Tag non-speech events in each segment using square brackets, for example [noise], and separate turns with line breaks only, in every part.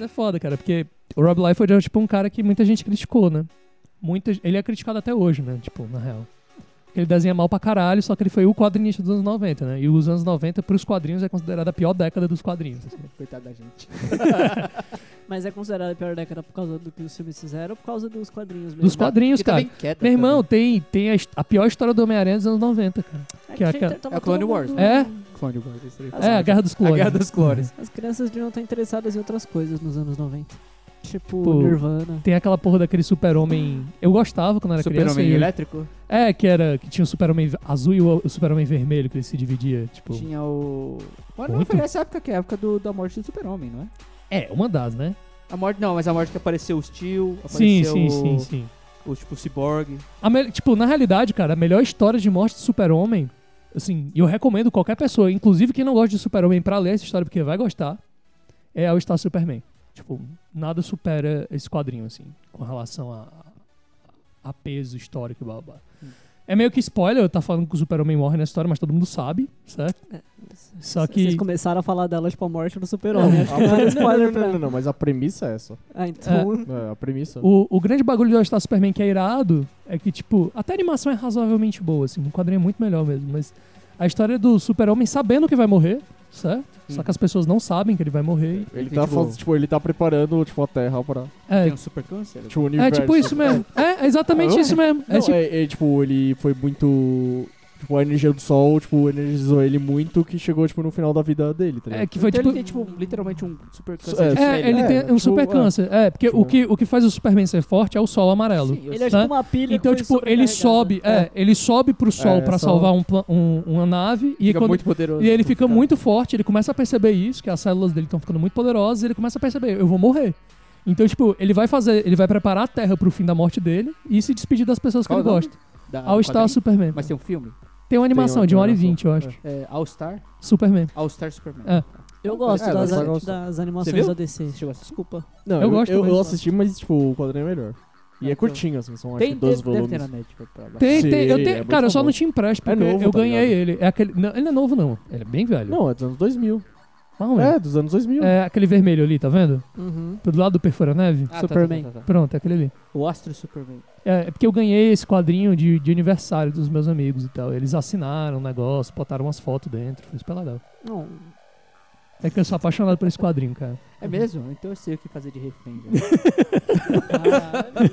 é foda, cara, porque o Rob Liefeld é tipo um cara que muita gente criticou, né? Muita, ele é criticado até hoje, né? Tipo, na real. Ele desenha mal pra caralho, só que ele foi o quadrinista dos anos 90, né? E os anos 90, pros quadrinhos, é considerada a pior década dos quadrinhos. assim.
Coitado da gente.
Mas é considerada a pior década por causa do que os filmes fizeram ou por causa dos quadrinhos mesmo?
Dos quadrinhos,
E tá
cara.
bem quieta
Meu irmão,
também.
tem, tem a, his- a pior história do Homem-Aranha dos anos 90, cara.
É,
que é
a gente
aquela-
tava
É o Clone
todo
Wars,
mundo-
né?
Clone Wars, isso aí.
Ah,
É, a Guerra dos Clones.
A Guerra dos Clones.
As crianças deviam estar interessadas em outras coisas nos anos 90. Tipo,
Pô.
Nirvana.
Tem aquela porra daquele super-homem... Eu gostava [laughs] quando era criança.
Super-Homem
e-
Elétrico.
É, que era... Que tinha o super-homem azul e o, o super-homem vermelho, que ele se dividia, tipo...
Tinha o... Mas não
Muito.
foi nessa época que é a época do- da morte do Super-Homem, não é?
É, uma das, né?
A morte, não, mas a morte que apareceu o Steel,
Sim,
apareceu
sim,
o,
sim, sim.
o tipo, o Cyborg.
A me- Tipo, na realidade, cara, a melhor história de morte do super-homem... Assim, e eu recomendo qualquer pessoa, inclusive quem não gosta de super-homem, pra ler essa história, porque vai gostar, é All Star Superman. Tipo, nada supera esse quadrinho, assim, com relação a, a peso histórico e blá, blá, blá. É meio que spoiler, eu tá falando que o super-homem morre na história, mas todo mundo sabe, certo? Só
Vocês
que...
começaram a falar dela, tipo, a morte
[laughs]
do super-homem. Acho que
[laughs]
não era
Ah, não, é não,
spoiler
não,
pra...
não, não, mas a premissa é essa.
Ah, então...
É, a premissa.
O, o grande bagulho do All Star Superman que é irado é que, tipo, até a animação é razoavelmente boa, assim, um quadrinho é muito melhor mesmo, mas a história do super-homem sabendo que vai morrer, certo? Só que as pessoas não sabem que ele vai morrer.
Ele
Tem,
tá,
tipo-
faz- tipo, ele tá preparando tipo, a Terra pra.
É,
Tem um super câncer.
Tipo, o
é
universo.
tipo isso mesmo. É, é exatamente
Ah,
isso mesmo. É
Não,
tipo-
é- é, tipo, ele foi muito. Tipo, a energia do sol, tipo, energizou ele muito que chegou, tipo, no final da vida dele, tá
é
ligado?
que foi,
então
tipo,
ele tem, tipo, literalmente um super
Su-
câncer. de né?
é,
É,
pele.
ele
É,
tem um
tipo,
super
é.
câncer. É, porque
Tipo-
o que, o que faz o Superman ser forte é o sol amarelo.
Sim, eu
Ele
sei.
é tipo uma pilha
Então,
que foi
tipo, ele
sobrecarregada.
sobe, é, ele sobe pro sol pra
só-
salvar um pla- um- uma nave e
Fica
quando
muito poderoso.
E ele fica
Cara,
muito forte, ele começa a perceber isso, que as células dele estão ficando muito poderosas, e ele começa a perceber, eu vou morrer. Então, tipo, ele vai fazer, ele vai preparar a Terra pro fim da morte dele e se despedir das pessoas que
Qual
ele
o nome?
gosta.
da-
All Star
quadrinho.
Superman.
Mas tem um filme?
Tem uma animação
uma
de 1 hora e
animação.
20, eu acho.
É, All Star?
Superman.
All Star Superman.
É.
Eu gosto
É,
das,
você gosta.
das
Você
animações
viu?
da DC.
Você chegou a assistir?
Desculpa.
Não,
Eu gosto
Eu,
também.
assisti, mas, tipo, o quadrinho é melhor. E é
Então-
curtinho, assim, são acho
Tem,
que 12
deve, deve ter né?
volumes.
na net. pra- pra-
Tem,
Sim,
tem, eu tenho-
é muito
cara, eu só não
famoso.
te empresto,
É
porque
novo,
eu
tá
ganhei
ligado?
ele. É aquele, não, ele não é novo, não. Ele é bem velho.
Não, é dos anos 2000.
Mais ou menos.
É, dos anos 2000.
É aquele vermelho ali, tá vendo? [laughs]
Uhum.
Do lado do Perfura Neve.
Ah, tá, tá,
Superman.
tá, tá, tá.
Pronto, é aquele ali.
O Astro Superman.
É, é porque eu ganhei esse quadrinho de, de aniversário dos meus amigos e tal. Eles assinaram o negócio, botaram umas fotos dentro, foi super legal.
Não,
É que eu sou apaixonado por esse quadrinho, cara.
É mesmo? Então eu sei o que fazer de refém. já.
[laughs]
Caralho.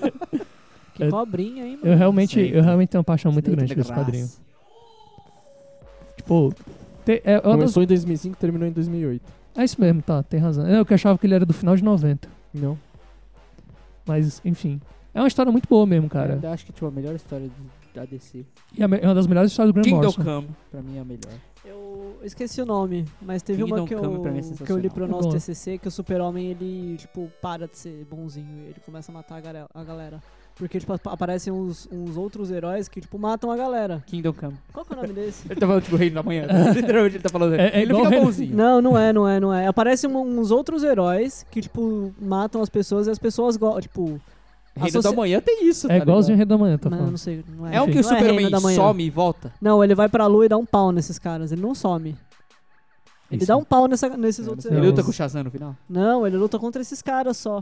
que
Eu-
cobrinha, hein, mano?
Eu realmente,
Sempre.
eu realmente tenho uma paixão Tá muito
Snake
grande por esse
deGrasse.
quadrinho. Tipo, te- é, eu adoro-
Começou em 2005 e terminou em 2008.
é isso mesmo, tá, tem razão. Eu que achava que ele era do final de 90,
Não.
mas enfim. É uma história muito boa mesmo,
Eu
cara.
ainda acho que tipo, a melhor história do- da DC.
E é me- é uma das melhores histórias do Grant
Kingdom
Morrison.
Come. Pra mim é a melhor.
Eu esqueci o nome, mas teve
Kingdom
uma que
Come pra mim é
eu, que eu
sensacional.
li pro
É
nosso
bom.
TCC que o super-homem, ele, tipo, para de ser bonzinho e ele começa a matar a gare- a galera. Porque, tipo, ap- aparecem uns, uns outros heróis que, tipo, matam a galera.
Kingdom Come.
Qual que é o
[laughs]
nome desse?
Ele tá falando tipo Reino da Manhã. Literalmente ele tá falando.
É- é
ele
igual
fica
Reino-
bonzinho.
Não, não é, não é, não é. Aparecem um- uns outros heróis que, tipo, matam as pessoas e as pessoas, go- tipo...
Reino
Associa-
da Manhã tem isso, tá
É igualzinho o
ligado?
Rei da Manhã, tá
Não, eu não
falando.
sei, não é.
É um que o
Não Reino
Superman
da Manhã.
some e volta.
Não, ele vai pra lua e dá um pau nesses caras. Ele não some. Ele
Isso.
dá um pau nessa- nesses
Eu não
outros
sei.
Não.
Ele
heróis.
luta com o Shazam no final.
Não, ele luta contra esses caras só.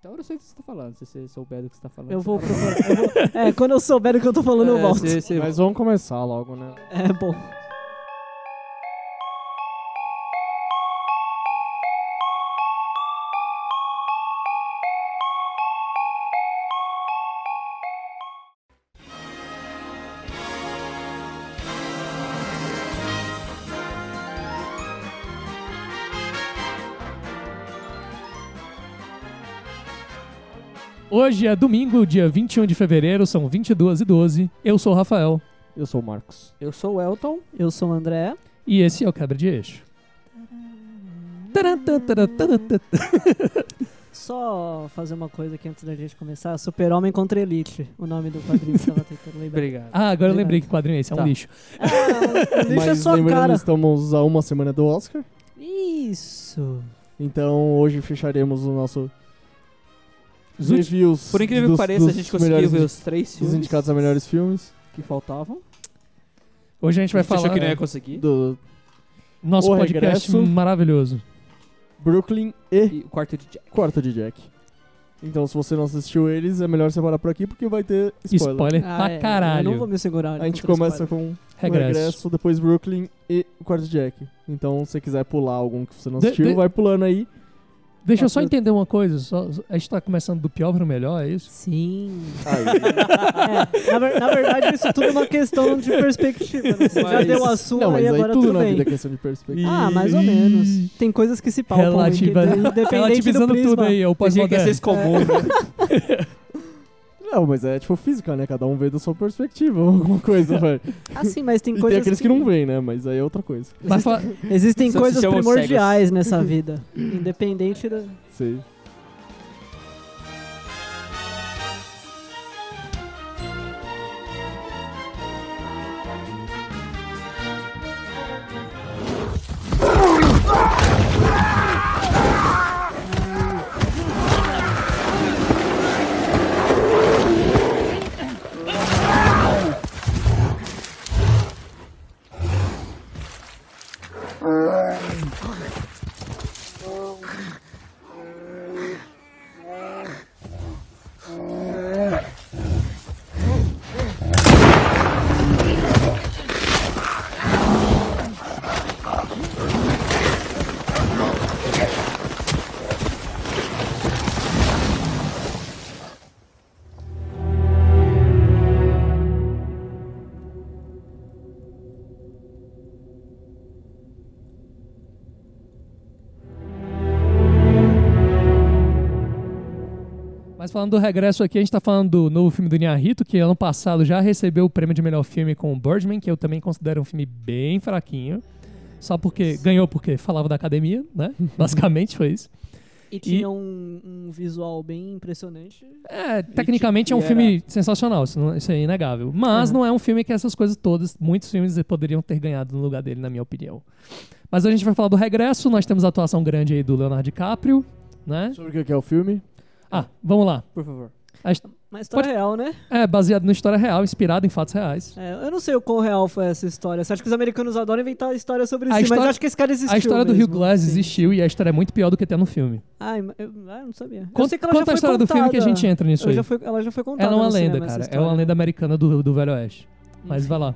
Então eu não sei o que você tá falando. Se você souber do que você tá falando.
Eu
você
vou
fala.
procurar. eu vou- É, quando eu souber o que eu tô falando,
[laughs]
eu
É,
volto.
você- você-
Mas vamos começar logo, né?
É bom.
Hoje é domingo, dia 21 de fevereiro, são 22 e 12. Eu sou o Rafael
Eu sou o Marcos.
Eu sou o Elton.
Eu sou o André.
e esse é o Quebra de Eixo. Taran, tan, taran, taran, tan.
Só fazer uma coisa aqui antes da gente começar. Super-Homem contra Elite. O nome do quadrinho que eu tava
[laughs]
tentando lembrar.
Obrigado.
Ah, agora eu
Obrigado.
lembrei que quadrinho é esse, é um
Tá.
lixo.
Ah, deixa
Mas
sua
lembrando,
cara.
estamos a uma semana do Oscar.
Isso.
Então hoje fecharemos o nosso
Os últimos-
reviews.
Por incrível
dos-
que pareça, a
dos
gente conseguiu
melhores-
ver os três
Os
filmes
indicados a melhores filmes.
que faltavam.
Hoje a gente vai
achou
falar
que não ia conseguir.
Do,
nosso
O
é
podcast
Regresso.
maravilhoso.
Brooklyn e
E o quarto de Jack.
Quarto de Jack. Então, se você não assistiu eles, é melhor separar por aqui porque vai ter spoiler.
Spoiler,
Ah,
pra
é, Eu não
tá caralho.
vou me segurar.
A gente
contra
começa
spoiler.
com regresso.
Regresso.
regresso, depois Brooklyn e o Quarto de Jack. Então, se você quiser pular algum que você não
De-
assistiu,
de-
vai pulando aí.
Deixa
Tá
eu só
Nossa.
entender uma coisa. só- a gente tá começando do pior pro melhor, é isso?
Sim.
Aí.
[laughs]
É, na, ver- na verdade, isso tudo é uma questão de perspectiva. Né? Você já
Mas-
deu o assunto
não, mas
aí
aí
agora
tudo,
tudo
na
bem.
vida é questão de perspectiva.
Ah, mais ou menos. Tem coisas que se palpam.
Relativa-
que, independente
Relativizando
do prisma.
tudo aí, é o
Pensei que ia ser
pós-moderno.
esse comum, né?
Não, mas é tipo física, né? Cada um vê da sua perspectiva, [laughs] alguma coisa, velho.
Ah, sim, mas tem
E
coisas
tem aqueles que... não veem, né? Mas aí é outra coisa.
Mas fa-
Existem
Só se
coisas
chamam
primordiais
Uhum.
nessa vida. Independente da...
Sei.
Mas falando do regresso aqui, a gente tá falando do novo filme do Inharito, que ano passado já recebeu o prêmio de melhor filme com o Birdman, que eu também considero um filme bem fraquinho. Só porque ganhou porque falava da academia,
[laughs]
né? Basicamente foi isso.
E tinha um, um visual bem impressionante.
É,
tipo,
tecnicamente é um
e
filme sensacional, isso, não- isso é inegável. Mas
Uhum.
não é um filme que essas coisas todas, muitos filmes poderiam ter ganhado no lugar dele, na minha opinião. Mas a gente vai falar do regresso, nós temos a atuação grande aí do Leonardo DiCaprio, né?
Sobre o que que é o filme?
Ah, vamos lá.
Por favor.
Uma história
Pode-
real, né?
É baseado na história real, inspirado em fatos reais.
É, eu não sei o quão real foi essa história. Você acha que os americanos adoram inventar história sobre
A
si, mas
história-
eu acho que esse cara existiu.
A história do
mesmo.
Rio Glass
Sim.
existiu e a história é muito pior do que tem no filme.
Ai, ma- eu, ah, eu não sabia. Eu
Conta,
sei que ela já
conta
foi
a história do
contada.
filme que a gente entra nisso
Ela
aí.
já, foi, ela já foi contada.
Ela é uma
no cinema,
lenda,
essa
cara. É
história.
uma lenda americana do, do Velho Oeste. Mas
Enfim.
vai lá.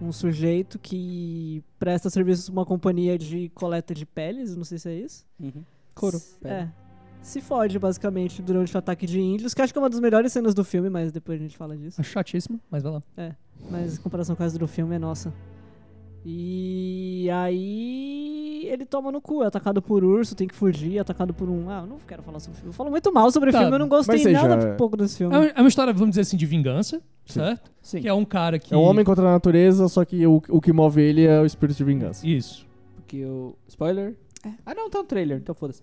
um sujeito que presta serviços pra uma companhia de coleta de peles, não sei se é isso.
Uhum. Couro.
S- É. Se fode, basicamente, durante o ataque de índios, que acho que é uma das melhores cenas do filme, mas depois a gente fala disso.
Acho chatíssimo, mas vai lá.
Mas em comparação com a do filme é nossa. E aí ele toma no cu, é atacado por urso, tem que fugir, é atacado por um. Ah, eu não quero falar sobre o filme. Eu falo muito mal sobre o
Tá,
filme, eu não
mas
gostei
seja-
nada pouco desse filme.
É uma, é uma história, vamos dizer assim, de vingança,
Sim.
certo?
Sim.
Que é um cara que.
É um homem contra a natureza, só que o, o que move ele é o espírito de vingança.
Isso.
Porque o. Spoiler? Ah, não, tá um trailer, então foda-se.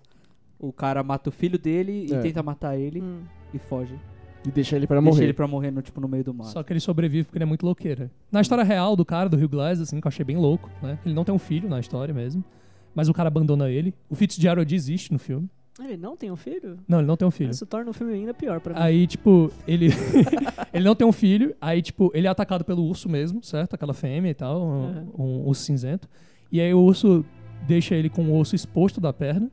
O cara mata o filho dele e
É.
tenta matar ele
Hum.
e foge.
E deixa ele pra
Deixa
morrer.
ele pra morrer no, tipo, no meio do mato.
Só que ele sobrevive porque ele é muito louqueira. Na história real do cara, do Rio Glass, assim, que eu achei bem louco, né? Ele não tem um filho na história mesmo. Mas o cara abandona ele. O Fitzgerald existe no filme.
Ele não tem um filho?
Não, ele não tem um filho.
Isso torna o filme ainda pior pra mim.
Aí, tipo, ele. [laughs] ele não tem um filho. Aí, tipo, ele é atacado pelo urso mesmo, certo? Aquela fêmea e tal, um,
Aham.
um urso cinzento. E aí o urso deixa ele com o osso exposto da perna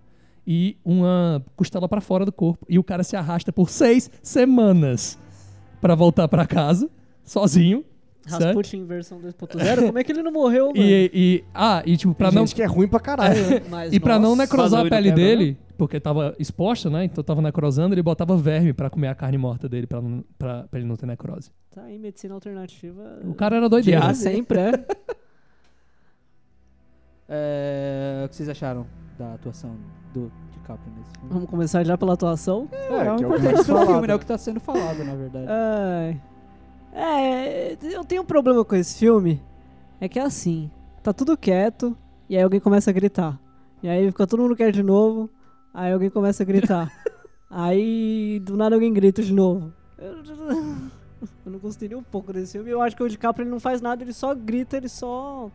e uma costela pra fora do corpo. E o cara se arrasta por seis semanas pra voltar pra casa, sozinho. certo?
Rasputin versão 2.0, como é que ele não morreu, mano?
E, e- Ah, e tipo, pra
Tem
não.
gente que é ruim pra caralho, né?
[laughs] Mas,
E pra não
nossa.
necrosar a
bagulho
pele
quebra,
dele, porque tava exposta, né? Então tava necrosando, ele botava verme pra comer a carne morta dele, pra, não- pra, pra ele não ter necrose.
Tá aí, medicina alternativa.
O cara era doideiro.
Ah, sempre é.
[laughs] É, o que vocês acharam da atuação do DiCaprio nesse filme?
Vamos começar já pela atuação.
É,
É, o
que é o que
importante
mais
do filme,
falado.
né? O que tá sendo falado, na verdade.
Ai. É, eu tenho um problema com esse filme. É que é assim: tá tudo quieto, e aí alguém começa a gritar. E aí fica todo mundo quieto de novo, aí alguém começa a gritar. aí do nada alguém grita de novo. Eu, eu não gostei nem um pouco desse filme. Eu acho que o DiCaprio ele não faz nada, ele só grita, ele só.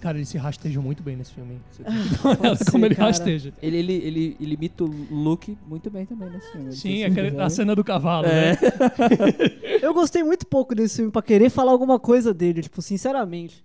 Cara, ele se rasteja muito bem nesse filme. hein? Você tem que dar uma olhada
Pode ser,
como ele
cara.
rasteja.
Ele, ele, ele, ele imita o Luke muito bem também nesse filme. Ele
Sim,
fez
aquele,
isso,
a
né?
cena do cavalo,
É.
né?
Eu gostei muito pouco desse filme pra querer falar alguma coisa dele, tipo, sinceramente.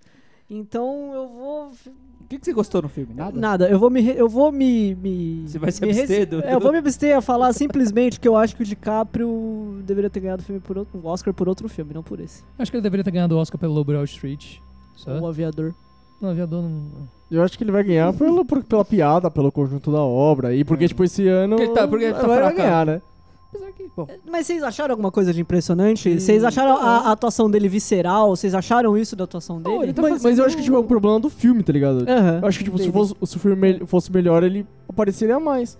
Então eu vou.
[laughs] O que, que você gostou no filme? Nada?
Eu vou me. re- Eu vou me. me-
Você vai se
me resi-
abster do-
É, eu vou me abster a falar simplesmente que eu acho que o DiCaprio deveria ter ganhado o filme por outro, o Oscar por outro filme, não por esse.
Acho que ele deveria ter ganhado o Oscar pelo Lobo de Wall Street. Sabe?
O Aviador.
Não, aviador não.
Eu acho que ele vai ganhar pela, por- pela piada, pelo conjunto da obra. E porque,
É.
tipo, esse ano.
Porque ele tá- porque ele tá
vai, vai
fracão.
ganhar, né?
Apesar que, bom.
É, Mas vocês acharam alguma coisa de impressionante? Vocês acharam a, a atuação dele visceral? Vocês acharam isso da atuação dele?
ele tá
mas, mas eu acho que tipo, é um problema do filme, tá ligado?
Aham.
Eu acho que tipo, se,
Dele.
fosse, se o filme mel- fosse melhor, ele apareceria mais.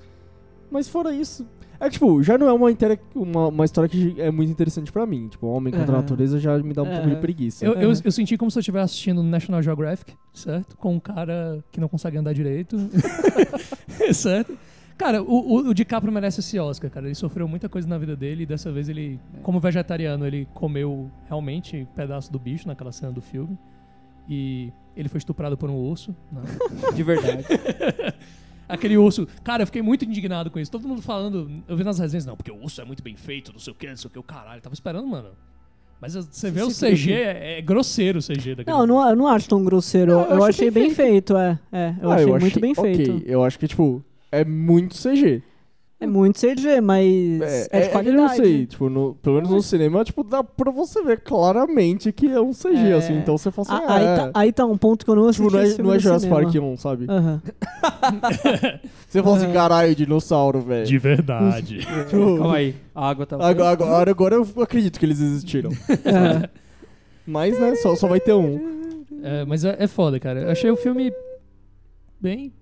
Mas fora isso. É que, tipo, já não é uma, intera- uma, uma história que é muito interessante pra mim. Tipo, Homem contra
Aham.
a
É.
Natureza já me dá um pouco de
Aham.
preguiça.
Eu, eu,
Uhum.
eu senti como se eu estivesse assistindo National Geographic, certo? Com um cara que não consegue andar direito.
[laughs]
[laughs] certo? Cara, o, o, o DiCaprio merece esse Oscar, cara. Ele sofreu muita coisa na vida dele e dessa vez ele, como vegetariano, ele comeu realmente pedaço do bicho naquela cena do filme. E ele foi estuprado por um urso.
[laughs]
né?
De verdade.
Aquele urso. Cara, eu fiquei muito indignado com isso. Todo mundo falando. Eu vi nas resenhas, não, porque o urso é muito bem feito, não sei o que, não sei o que, o caralho. Tava esperando, mano. Mas você vê o
Você acredita?
CG, é, é grosseiro o CG daquele.
Não, eu não, eu não acho tão grosseiro.
Não, eu
eu,
achei
achei
bem
bem feito, é. É, eu
Ah,
achei muito bem
ok,
feito.
Eu acho que, tipo, é muito CG.
É muito CG, mas é, de
eu
qualidade.
não sei, tipo, no- pelo menos no cinema, tipo, dá pra você ver claramente que é um CG,
É.
assim. Então você fala assim,
A- aí,
ah,
tá, aí tá um ponto que eu não assisti
Tipo, não
esse
é,
filme
não é
no
Jurassic
cinema. Ah.
Park 1, sabe?
Aham.
Você fala assim,
É.
caralho, dinossauro, velho.
De verdade.
Tipo,
Calma aí. A água tá.
agora, agora, agora eu acredito que eles existiram.
É.
Mas, né, só, só vai ter um.
[laughs] É, mas é, é foda, cara. Eu achei o filme bem.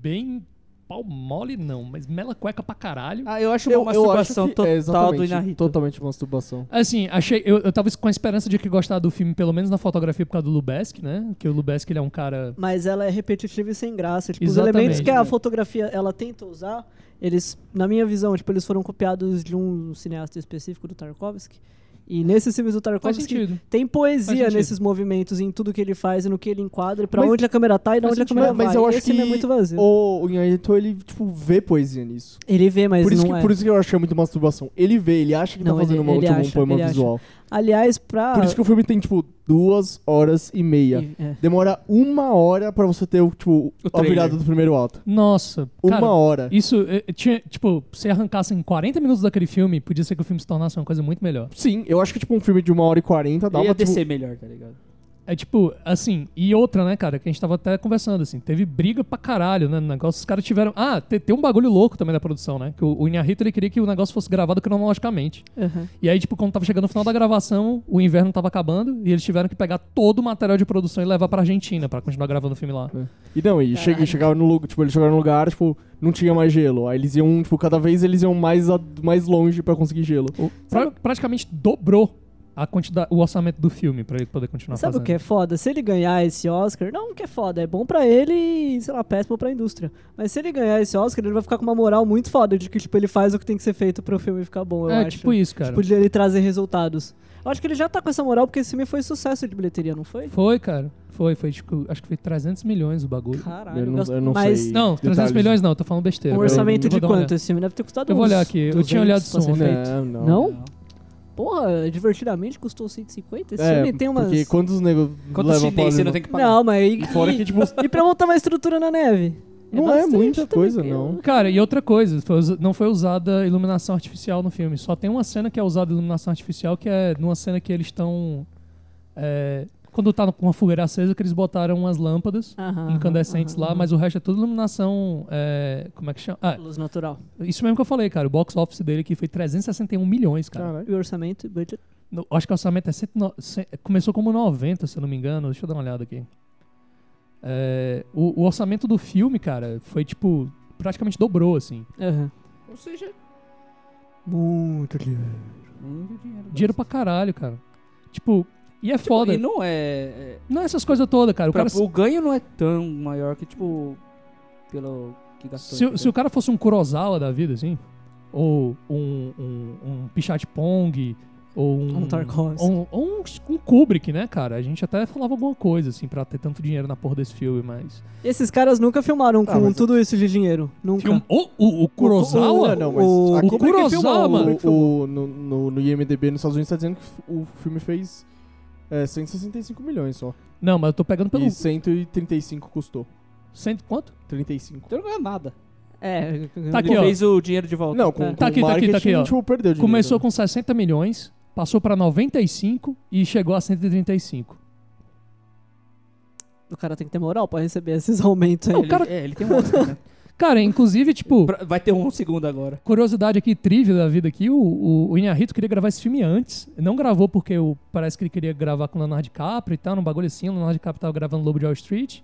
Bem. pau mole, não, mas mela cueca pra caralho.
Ah, eu acho
Tipo
uma masturbação
é,
total
exatamente,
do Inarrito.
Totalmente masturbação.
Assim, achei. Eu, eu tava com a esperança de que gostar do filme, pelo menos na fotografia, por causa do Lubesk, né? Que o Lubesk ele é um cara.
Mas ela é repetitiva e sem graça. Tipo,
Exatamente.
os elementos que
É.
a fotografia ela tenta usar, eles, na minha visão, tipo, eles foram copiados de um cineasta específico do Tarkovsky. E nesses filmes do
Faz
Tarkovsky
sentido.
tem
Faz
poesia
sentido.
nesses movimentos, em tudo que ele faz e no que ele enquadra, e pra
Mas-
onde a câmera tá e de
faz
onde a
sentido.
câmera
Mas
vai.
eu
Esse
acho
filme é
que
muito vazio.
O, o Inharito, ele, tipo, vê poesia nisso.
Ele vê, mas
por, isso
não
que,
é.
por isso que eu achei muito masturbação. Ele vê, ele acha que
Não,
tá
ele-
fazendo uma,
ele
tipo, um
acha,
poema
ele acha.
visual.
Aliás, pra...
Por isso que o filme tem, tipo, duas horas e meia.
E- é.
Demora uma hora pra você ter, o, tipo,
O
a
trailer.
virada do primeiro ato.
Nossa.
Uma
cara,
hora.
Isso, eh, tinha, tipo, se arrancassem 40 minutos daquele filme, podia ser que o filme se tornasse uma coisa muito melhor.
Sim, eu acho que, tipo, um filme de uma hora e quarenta dá
Ia
uma, tipo,
descer melhor, tá ligado?
É tipo, assim, e outra, né, cara, que a gente tava até conversando, assim, teve briga pra caralho, né, no negócio, os caras tiveram... Ah, te- tem, um bagulho louco também da produção, né, que o, o Inarrito, ele queria que o negócio fosse gravado cronologicamente.
Aham.
E aí, tipo, quando tava chegando no final da gravação, o inverno tava acabando, e eles tiveram que pegar todo o material de produção e levar pra Argentina pra continuar gravando o filme lá.
E não, e chega, chegava no lugar, tipo, eles chegaram no lugar, tipo, não tinha mais gelo. Aí eles iam, tipo, cada vez eles iam mais, a- mais longe pra conseguir gelo.
Pra- praticamente dobrou a quantidade, o orçamento do filme pra ele poder continuar Tá
Sabe
fazendo.
o que é foda? Se ele ganhar esse Oscar, não que é foda, é bom pra ele e, sei lá, péssimo pra indústria. Mas se ele ganhar esse Oscar, ele vai ficar com uma moral muito foda de que, tipo, ele faz o que tem que ser feito pro filme ficar bom, eu
É,
acho.
tipo isso, cara.
Tipo, de ele trazer resultados. Eu acho que ele já tá com essa moral porque esse filme foi sucesso de bilheteria, não foi?
Foi, cara. Foi, foi, tipo, acho que foi 300 milhões o bagulho.
Caralho.
Eu não-
gastou-
eu não
Mas
sei.
Não, 300
Detalhes.
milhões não, tô falando besteira.
um
Eu-
orçamento
eu vou
de
dar uma
quanto
olhada.
esse filme? Deve ter custado
Eu vou
uns
olhar aqui, eu tinha
200
olhado né?
pra ser
isso ontem.
feito.
Não, não.
Não? Porra, divertidamente custou 150? Esse
É,
filme tem umas...
porque quantos negros
Quanto
levam pra
chinês você não tem que pagar?
Não, mas... aí-
Fora que, tipo,
E pra montar uma estrutura na neve?
não é
bastante
muita
também,
coisa,
eu-
não.
Cara, e outra coisa, foi usa- não foi usada iluminação artificial no filme. Só tem uma cena que é usada iluminação artificial, que é numa cena que eles estão. é, quando tá com uma fogueira acesa, que eles botaram umas lâmpadas
Aham,
incandescentes
aham,
lá,
aham.
mas o resto é tudo iluminação. é, como é que chama? Ah,
Luz natural.
isso mesmo que eu falei, cara. O box office dele aqui foi 361 milhões, cara.
Caralho.
E o orçamento e budget.
No- acho que o orçamento é 109 cem- começou como 90, se eu não me engano. Deixa eu dar uma olhada aqui. É, o, o orçamento do filme, cara, foi tipo. Praticamente dobrou, assim.
Ou seja,
Muito dinheiro.
muito dinheiro. né?
Dinheiro pra caralho, cara. Tipo, e é foda.
E não é. é-
Não é essas coisas todas, cara. O,
pra-
cara
o ganho não é tão maior que, tipo. Pelo que gastou.
se,
entendeu?
se o cara fosse um Kurosawa da vida, assim, ou um, um, um Pichat Pong, ou um.
Um Tarkovsky.
Ou, um- ou um, um Kubrick, né, cara? A gente até falava alguma coisa, assim, pra ter tanto dinheiro na porra desse filme, mas.
Esses caras nunca filmaram um
Ah,
com
mas-
tudo isso de dinheiro. Nunca.
Filme- O, o, o Kurosawa?
Não, não, mas
O-
a
o
Kubrick
Kurosawa,
filmou,
mano.
o- o- no, no, no IMDB nos Estados Unidos tá dizendo que o filme fez É, 165 milhões só.
Não, mas eu tô pegando pelo.
E 135 custou.
cento quanto?
35.
Então não ganhou nada.
É,
Tá aqui,
Ele
ó.
fez o dinheiro de volta.
Não, com,
É.
com
Tá aqui,
o
tá aqui,
marketing
tá aqui, ó.
a gente tipo, perdeu dinheiro.
Começou com 60 milhões, passou pra 95 e chegou a 135.
O cara tem que ter moral pra receber esses aumentos aí.
Não, o cara-
É, ele tem um Oscar, né?
Cara, inclusive, tipo,
Pra- Vai ter um segundo agora.
curiosidade aqui, trivia da vida aqui, o, o, o Inharito queria gravar esse filme antes. Não gravou porque o, parece que ele queria gravar com o Leonardo DiCaprio e tal, num bagulho assim. O Leonardo DiCaprio tava gravando Lobo de Wall Street.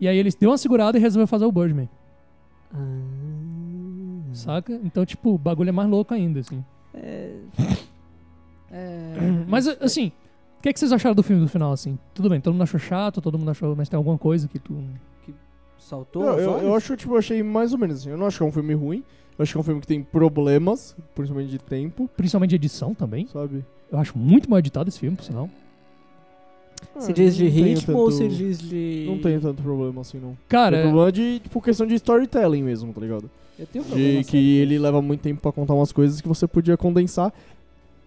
E aí ele deu uma segurada e resolveu fazer o Birdman,
Ah.
saca? Então, tipo, o bagulho é mais louco ainda, assim. [clears throat]
[laughs]
É,
É.
Mas, assim, o que, é que vocês acharam do filme do final, assim? Tudo bem, todo mundo achou chato, todo mundo achou... Mas tem alguma coisa que tu...
Saltou
Eu,
os
eu,
olhos?
eu acho, tipo, eu achei mais ou menos assim. Eu não acho que é um filme ruim. Eu acho que é um filme que tem problemas, principalmente de tempo,
Principalmente de edição também.
sabe?
Eu acho muito mal editado esse filme, por sinal.
se diz de
Ah, Não tenho
ritmo ou
tanto-
se diz de.
Não tenho tanto problema assim, não. O
Cara,
problema é de, tipo, questão de storytelling mesmo, tá ligado?
Eu tenho um problema.
De que ele leva muito tempo pra contar umas coisas que você podia condensar.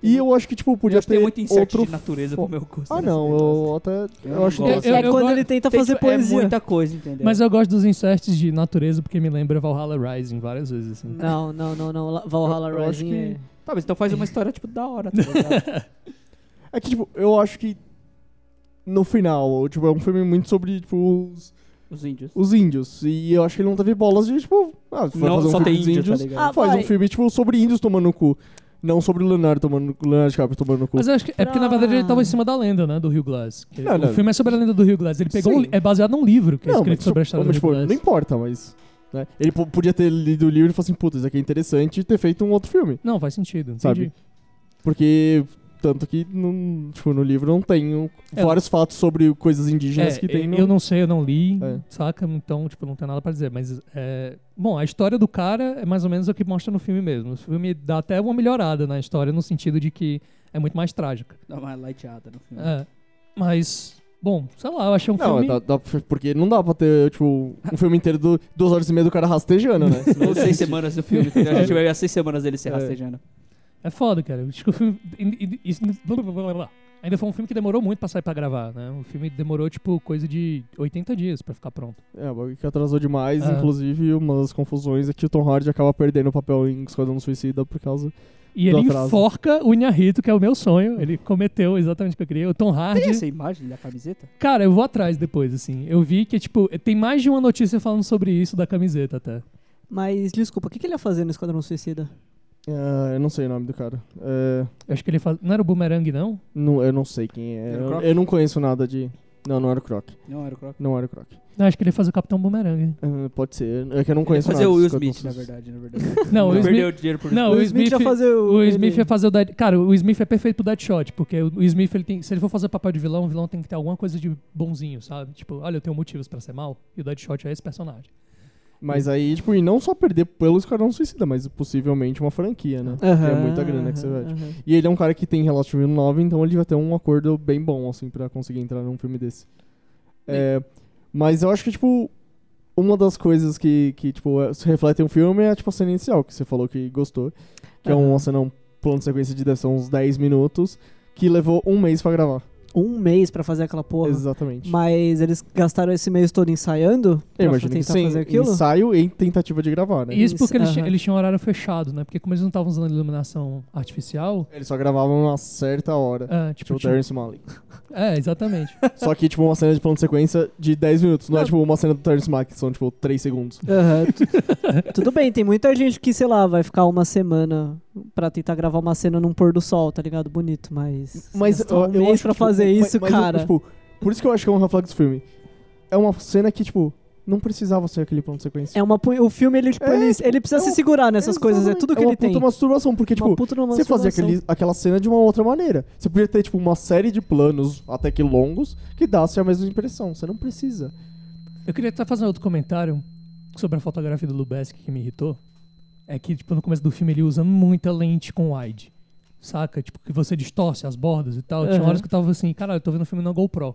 E eu acho que, tipo,
podia
podia
ter
ter
muito insert
outro...
de natureza
fo-
pro meu gosto.
Ah,
nessa
não,
negócio.
eu até...
Eu
Eu,
não
acho
gosto.
que...
Eu-
É
eu
quando
gosto-
ele tenta
Tem,
fazer
tipo,
poesia.
É muita coisa, entendeu?
mas eu gosto dos inserts de natureza porque me lembra Valhalla Rising várias vezes, assim.
Não, não, não, não. La- Valhalla
Eu- eu acho
Rising
que-
é-
Tá, mas então faz uma história, tipo, da hora, tá ligado?
É que, tipo, eu acho que... No final, tipo, é um filme muito sobre, tipo, os,
Os índios.
os índios. E eu acho que ele não teve bolas de, tipo... Ah, vai
Não,
fazer um
só
filme
tem
dos
índio,
índios.
tá ligado?
Ah,
faz
vai.
um filme, tipo, sobre índios tomando no cu. Não sobre o Leonardo tomando no cu, Leonardo DiCaprio tomando no cu.
Mas eu acho que é porque, na verdade, ele
Ah.
tava em cima da lenda, né? Do Rio Glass. Que
Não,
o
não.
filme é sobre a lenda do Rio Glass. Ele pegou.
Sim.
um li- é baseado num livro que é escrito
mas,
sobre a história
mas,
do Rio
tipo,
Glass.
não importa, mas... né? Ele po- podia ter lido o livro e falado assim, puta, isso aqui é interessante e ter feito um outro filme.
Não, faz sentido. Entendi.
Sabe? Porque... Tanto que não, tipo, no livro não tem um-
É.
vários fatos sobre coisas indígenas
É,
que tem
eu,
no...
eu não sei, eu não li,
É.
saca? Então, tipo, não tem nada pra dizer. Mas, é, bom, a história do cara é mais ou menos o que mostra no filme mesmo. O filme dá até uma melhorada na história, no sentido de que é muito mais trágica.
Dá uma lighteada no filme.
É. Mas, bom, sei lá, eu achei um
Hum. Não,
filme...
dá- dá pra- porque não dá pra ter, tipo, um filme inteiro do duas horas e meia do cara
[laughs]
rastejando, né?
Ou seis semanas do filme, entendeu? A gente vai ver as seis semanas dele se
É.
rastejando.
É foda, cara. Acho que o filme. e- e- isso- blá, blá, blá, blá, blá. Ainda foi um filme que demorou muito pra sair pra gravar, né? O filme demorou, tipo, coisa de 80 dias pra ficar pronto.
É, o bagulho que atrasou demais,
É.
inclusive uma das confusões é que o Tom Hardy acaba perdendo o papel em Esquadrão Suicida por causa...
E
Do
ele
atraso.
enforca o Inharito, que é o meu sonho. Ele cometeu exatamente o que eu queria. O Tom
é
Tem
Hardy.
assim.
essa imagem da camiseta?
Cara, eu vou atrás depois, assim. Eu vi que, tipo, tem mais de uma notícia falando sobre isso da camiseta até.
Mas desculpa, o que, que ele ia fazer no Esquadrão Suicida?
Ah, eu não sei o nome do cara. É,
Eu acho que ele faz. Não era o Boomerang, não?
não, eu não sei quem é.
Era o
Eu,
Croc?
eu não conheço nada de... Não, não era o Croc.
Não, era o Croc.
Não era o Croc.
Não, acho que ele faz o Capitão Boomerang.
Ah, pode ser. É que eu
Ele
não
ia
conheço
fazer
nada.
o Will
dos
Smith, na
Esquadrões
verdade,
[laughs]
na verdade.
Não, o
Perdeu
Smith.
o dinheiro por
Não, o Smith,
ia fazer o.
O Smith
ele-
ia fazer o Dead... Cara, o Smith é perfeito pro Deadshot, porque o o Smith, ele tem... se ele for fazer papel de vilão, o vilão tem que ter alguma coisa de bonzinho, sabe? Tipo, olha, eu tenho motivos pra ser mal, e o Deadshot é esse personagem.
Mas aí, tipo, e não só perder pelo Esquadrão Suicida, mas possivelmente uma franquia, né? Que é
Aham,
muita grana que você
aham,
vai.
aham.
E ele é um cara que tem relativo nove, então ele vai ter um acordo bem bom, assim, pra conseguir entrar num filme desse. É, mas eu acho que, tipo, uma das coisas que, que tipo, é- se reflete em um filme é, tipo, a cena inicial, que você falou que gostou. Que é uma
Aham.
cena, um plano de sequência de deve ser uns 10 minutos, que levou um mês pra gravar.
Um mês pra fazer aquela porra.
Exatamente.
Mas eles gastaram esse mês todo ensaiando?
Eu
pra
imagino que
tentar
sim,
fazer aquilo?
ensaio e tentativa de gravar, né?
E isso porque eles,
Aham.
tinham- eles tinham horário fechado, né? Porque como eles não estavam usando iluminação artificial,
Eles só gravavam uma certa hora.
é, tipo...
Tipo, o
tinha-
Terrence Malick.
É, exatamente.
Só que, tipo, uma cena de plano de sequência de 10 minutos. Não é,
Não.
tipo, uma cena do Terrence Malick, que são, tipo, 3 segundos.
Aham, tu- Tudo bem, tem muita gente que, sei lá, vai ficar uma semana pra tentar gravar uma cena num pôr do sol, tá ligado? Bonito, mas.
Mas
gastar
eu,
um
eu
mês
acho
pra
que, tipo,
fazer
mas-
isso,
mas eu-
cara.
tipo, por isso que eu acho que é um reflexo do filme. É uma cena que, tipo, não precisava ser aquele plano de sequência.
É uma, pu- o filme, ele, tipo,
É,
ele, ele precisa
é
se
um-
segurar nessas coisas, é
Exatamente.
tudo que ele
É uma
tem.
puta masturbação, porque, tipo,
Uma puta numa
você fazia
masturbação.
aquele, aquela cena de uma outra maneira. Você podia ter, tipo, uma série de planos, até que longos, que dasse a mesma impressão. Você não precisa.
Eu queria até fazer um outro comentário sobre a fotografia do Lubeski que me irritou. É que, tipo, no começo do filme ele usa muita lente com wide. Saca? Tipo, que você distorce as bordas e tal. Tinha
Aham.
horas que eu tava assim, caralho, eu tô vendo o filme na GoPro.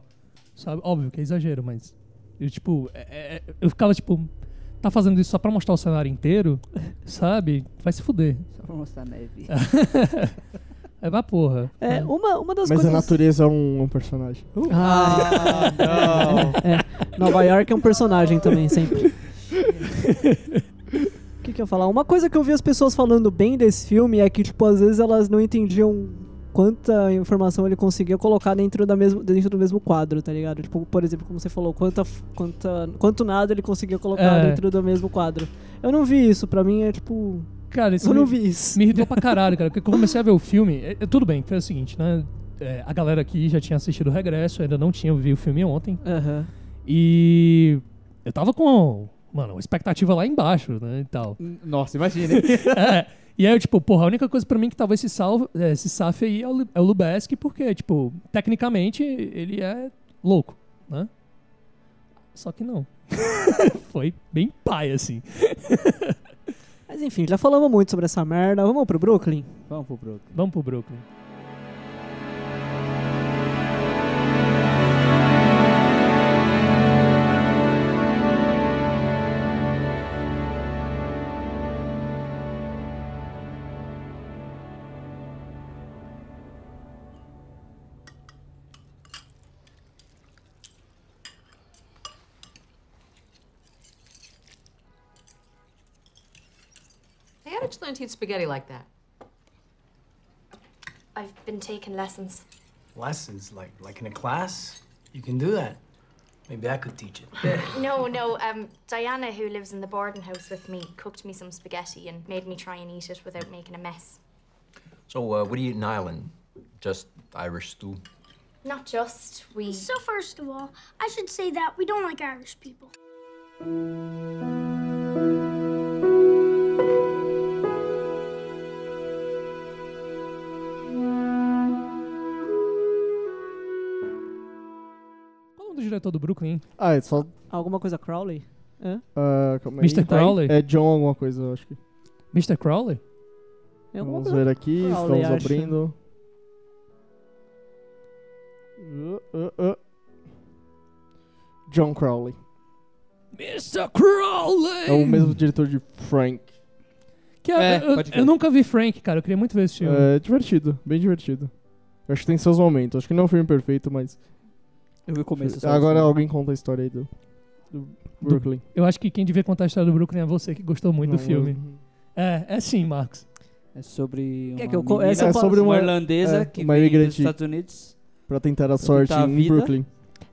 Sabe? Óbvio que é exagero, mas. Eu, tipo, é- é- eu ficava, tipo, tá fazendo isso só pra mostrar o cenário inteiro? Sabe? Vai se fuder.
Só pra mostrar a neve.
É pra porra.
É, uma, uma das
Mas a
coisas.
natureza é um, um personagem.
Ah, não.
Nova York é um personagem também, sempre. O que, que eu ia falar? Uma coisa que eu vi as pessoas falando bem desse filme é que, tipo, às vezes elas não entendiam quanta informação ele conseguia colocar dentro, da mesmo, dentro do mesmo quadro, tá ligado? Tipo, por exemplo, como você falou, quanta, f- quanta, quanto nada ele conseguia colocar
É.
dentro do mesmo quadro. Eu não vi isso, pra mim é tipo.
Cara, isso
Eu
me-
não vi isso.
Me irritou pra caralho, cara. Porque quando eu comecei a ver o filme. é- é- tudo bem, foi o seguinte, né? É, a galera aqui já tinha assistido o Regresso, eu ainda não tinha eu vi o filme ontem.
Aham.
E eu tava com, mano, uma expectativa lá embaixo, né? E tal.
[laughs]
[laughs]
Nossa, imagina. hein?
É. E aí, eu, tipo, porra, a única coisa pra mim que talvez se, salve, é, se safe aí é o, Lu- é o Lubeski, porque, tipo, tecnicamente ele é louco, né? Só que não. [laughs] Foi bem pai, assim.
Mas enfim, já falamos muito sobre essa merda. Vamos pro Brooklyn?
Vamos pro Brooklyn.
Vamos pro Brooklyn.
Hey, how did you learn to eat spaghetti like that?
I've been taking lessons.
lessons, like like in a class. You can do that. Maybe I could teach it.
No, no, um, Diana, who lives in the boarding house with me, cooked me some spaghetti and made me try and eat it without making a mess.
So, uh, what do you eat in Ireland? Just Irish stew.
Not just we.
So, first of all, I should say that we don't like Irish people.
Qual é o nome do diretor do Brooklyn, hein?
[laughs] Ah, é só.
Alguma coisa Crowley?
ah, calma aí.
Mr. Crowley?
É John alguma coisa, eu acho que.
Mr. Crowley?
É alguma
Vamos
coisa.
ver aqui,
Crowley,
estamos
acho.
abrindo. Uh, uh, uh. John Crowley.
Mr. Crowley!
É o
Hum.
mesmo diretor de Frank.
Que é-
É,
eu,
pode
eu
crer.
nunca vi Frank, cara. Eu queria muito ver esse filme.
É divertido, bem divertido. Eu Acho que tem seus momentos. Acho que não é um filme perfeito, mas.
Eu vi o começo. só. assim.
Agora é alguém conta a história aí do. do Brooklyn.
Eu acho que quem devia contar a história do Brooklyn é você, que gostou muito do
Não,
filme.
eu-
É, é sim, Marcos.
É sobre uma
Quer que eu co-
menina-
essa eu
É
falo-
sobre
uma
uma.
irlandesa
é,
que
uma
veio dos
imigrante.
Estados Unidos.
Pra tentar a sorte
tentar a
em
vida.
Brooklyn.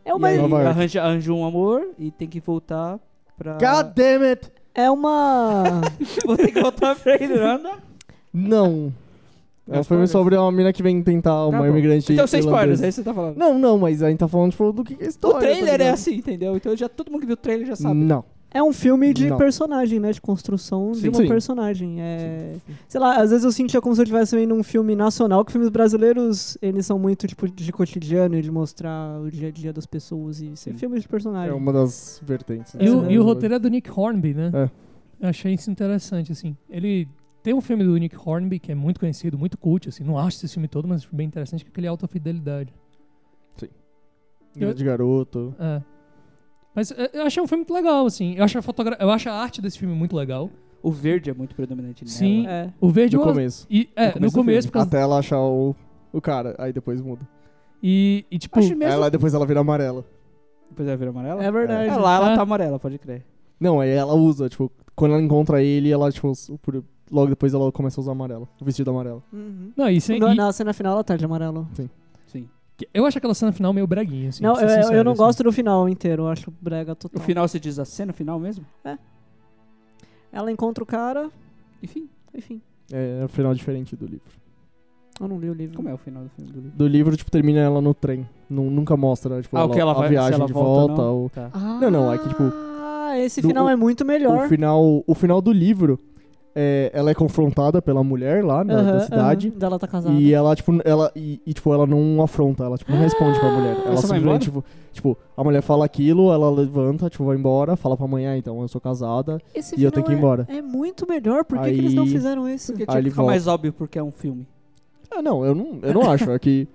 É
E
uma,
aí- Nova York.
arranja, arranja um amor e tem que voltar pra...
God damn it!
é uma
[laughs] Vou ter que voltar pra é Irlanda.
Não. É
É
um filme
spoiler.
sobre uma mina que vem tentar uma
Tá bom.
imigrante.
Então sem spoilers,
irlandesa.
é isso que você tá falando.
Não, não, mas a gente tá falando tipo, do que que é a história.
o
tá
trailer é
ligado?
assim, entendeu? Então já, todo mundo que viu o trailer já sabe.
Não.
é um filme de
Não.
personagem, né? De construção de
Sim.
uma
Sim.
personagem. É, sei lá, às vezes eu sentia como se eu estivesse vendo um filme nacional, que filmes brasileiros, eles são muito tipo de cotidiano e de mostrar o dia a dia das pessoas e ser
Sim.
filmes de
É
personagem.
uma das vertentes. assim, né?
E, o,
É.
e o roteiro é do Nick Hornby, né?
É.
Eu achei isso interessante, assim. Ele tem um filme do Nick Hornby que é muito conhecido, muito cult, assim. Não acho esse filme todo, mas bem interessante, que é aquele Alta Fidelidade.
Grande garoto.
É. Mas é, eu achei um filme muito legal, assim. Eu acho a, fotogra- eu acho a arte desse filme muito legal.
O verde é muito predominante nela.
Sim.
É.
O verde...
No
eu-
começo.
E, é,
do
no começo.
filme. Ah,
por causa-
Até ela achar o, o cara, aí depois muda.
e, e, tipo...
Acho mesmo...
Ela, depois ela vira amarela.
Depois ela vira amarela?
É verdade.
Ah, lá ela
Ah.
tá amarela, pode crer.
Não, aí ela usa, tipo, quando ela encontra ele, ela, tipo, su- por- logo depois ela começa a usar amarelo. O vestido amarelo.
Uhum.
Não, isso aí...
é
Na, na cena final ela tá de amarelo.
Sim.
Eu acho aquela cena final meio breguinha, assim.
não,
pra
eu,
ser
eu
sincero,
não
assim.
gosto do final inteiro, eu acho brega
O
total.
final se diz a cena final mesmo?
Ela encontra o cara,
Enfim,
enfim.
É, é um final diferente do livro.
Eu não li o livro.
como é o final do filme do livro?
Do livro, tipo, termina ela no trem. Nu- nunca mostra, tipo,
Ah, o que ela
a
vai- se
viagem
ela
de
volta,
volta.
não?
ou-
Tá.
Ah,
Não, não, é que, tipo,
Ah, esse
do-
final é muito melhor.
O final, o final do livro, é, ela é confrontada pela mulher lá na,
Aham,
Ah, é da
aham,
cidade.
Dela tá casada.
E ela, tipo, ela, e, e, tipo, ela não afronta, ela, tipo, não responde pra mulher. Ela
Você vai embora?
simplesmente, tipo, tipo, a mulher fala aquilo, ela levanta, tipo, vai embora, fala pra amanhã, então, eu sou casada,
Esse
e
final
eu tenho que ir
é-
embora.
É muito melhor, por que, que eles
Aí-
não fizeram isso?
Porque
Aí
tinha
ele
que ficar
volta.
mais óbvio porque é um filme.
Ah, não, eu não, eu não acho, é que...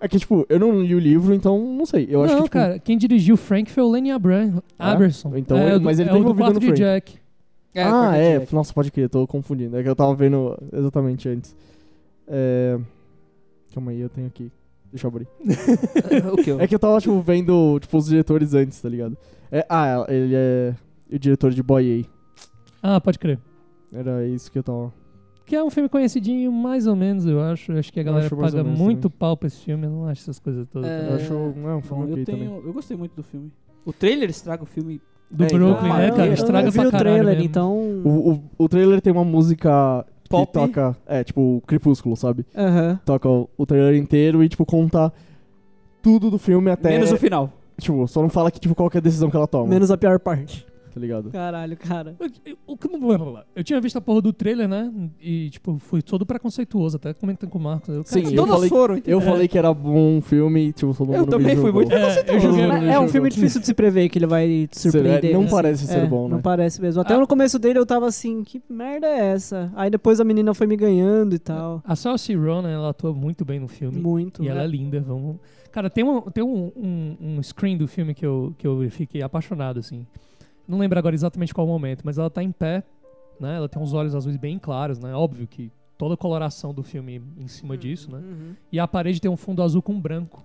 É que, tipo, eu não li o livro, então não sei. Eu acho
não,
que, tipo,
cara, quem dirigiu Frank foi o Lenny Abram,
Ah,
Aberson.
então
é,
ele-
o do-
mas ele
é
tá
o do
envolvido
quarto
no
de
Frank.
Jack.
é,
ah,
[laughs]
é. Nossa, pode crer, tô confundindo. É que eu tava vendo exatamente antes. É... Calma aí, eu tenho aqui. Deixa eu abrir.
[laughs] o que?
É que eu tava, tipo, vendo, tipo, os diretores antes, tá ligado? É, ah, ele é o diretor de Boyei.
Ah, pode crer.
Era isso que eu tava...
Que é um filme conhecidinho, mais ou menos, eu acho. Eu Acho que a
Eu
galera
acho mais
paga
ou menos
muito pau pra esse filme. Eu não acho essas coisas todas.
É,
Eu acho... Não, é um filme
eu,
ok também.
tenho, eu gostei muito do filme. O trailer estraga o filme.
Do
é, então,
Brooklyn, né,
maneiro.
cara?
eu
Estraga
não vi
pra
o
caralho
trailer,
mesmo.
então...
O, o, o trailer tem uma música
Pop.
que toca... É, tipo, Crepúsculo, sabe?
Aham.
Toca o, o trailer inteiro e, tipo, conta tudo do filme até...
Menos o final.
Tipo, só não fala que, tipo, qual que é a decisão que ela toma,
Menos a pior parte.
tá ligado?
É.
Caralho, cara.
O que- blá, blá, blá. Eu tinha visto a porra do trailer, né? E, tipo, fui todo preconceituoso, até comentando com o Marcos. Eu, cara, tá
Sim,
eu
eu
Todas
falei-
foram, entendeu?
Eu falei que era bom filme e, tipo, todo mundo
Eu
me
também fui
julgou.
muito-
é, eu joguei
Mas É um filme difícil de se prever que ele vai te surpreender.
é, Não
né?
parece ser
É,
bom, né?
Não parece mesmo. Até
Ah.
no começo dele eu tava assim, que merda é essa? Aí depois a menina foi me ganhando e tal.
A Saoirse Ronan, ela atua muito bem no filme.
Muito.
E ela é
né?
linda, vamos. Cara, tem um, tem um, um, um screen do filme que eu, que eu fiquei apaixonado, assim. Não lembro agora exatamente qual momento, mas ela tá em pé, né? Ela tem uns olhos azuis bem claros, né? Óbvio que toda a coloração do filme em cima disso, né?
Uhum.
E a parede tem um fundo azul com branco.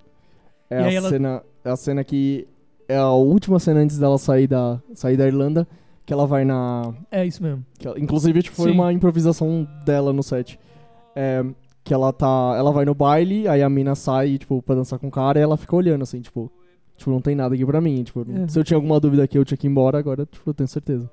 É
E
a
aí ela-
cena, é a cena que é a última cena antes dela sair da sair da Irlanda, que ela vai na,
É isso mesmo.
que ela- inclusive tipo, foi
Sim.
uma improvisação dela no set, É, que ela tá, ela vai no baile, aí a mina sai tipo para dançar com o cara, e ela fica olhando assim tipo, tipo não tem nada aqui pra mim, tipo
É.
se eu tinha alguma dúvida aqui eu tinha que ir embora, agora tipo eu tenho certeza.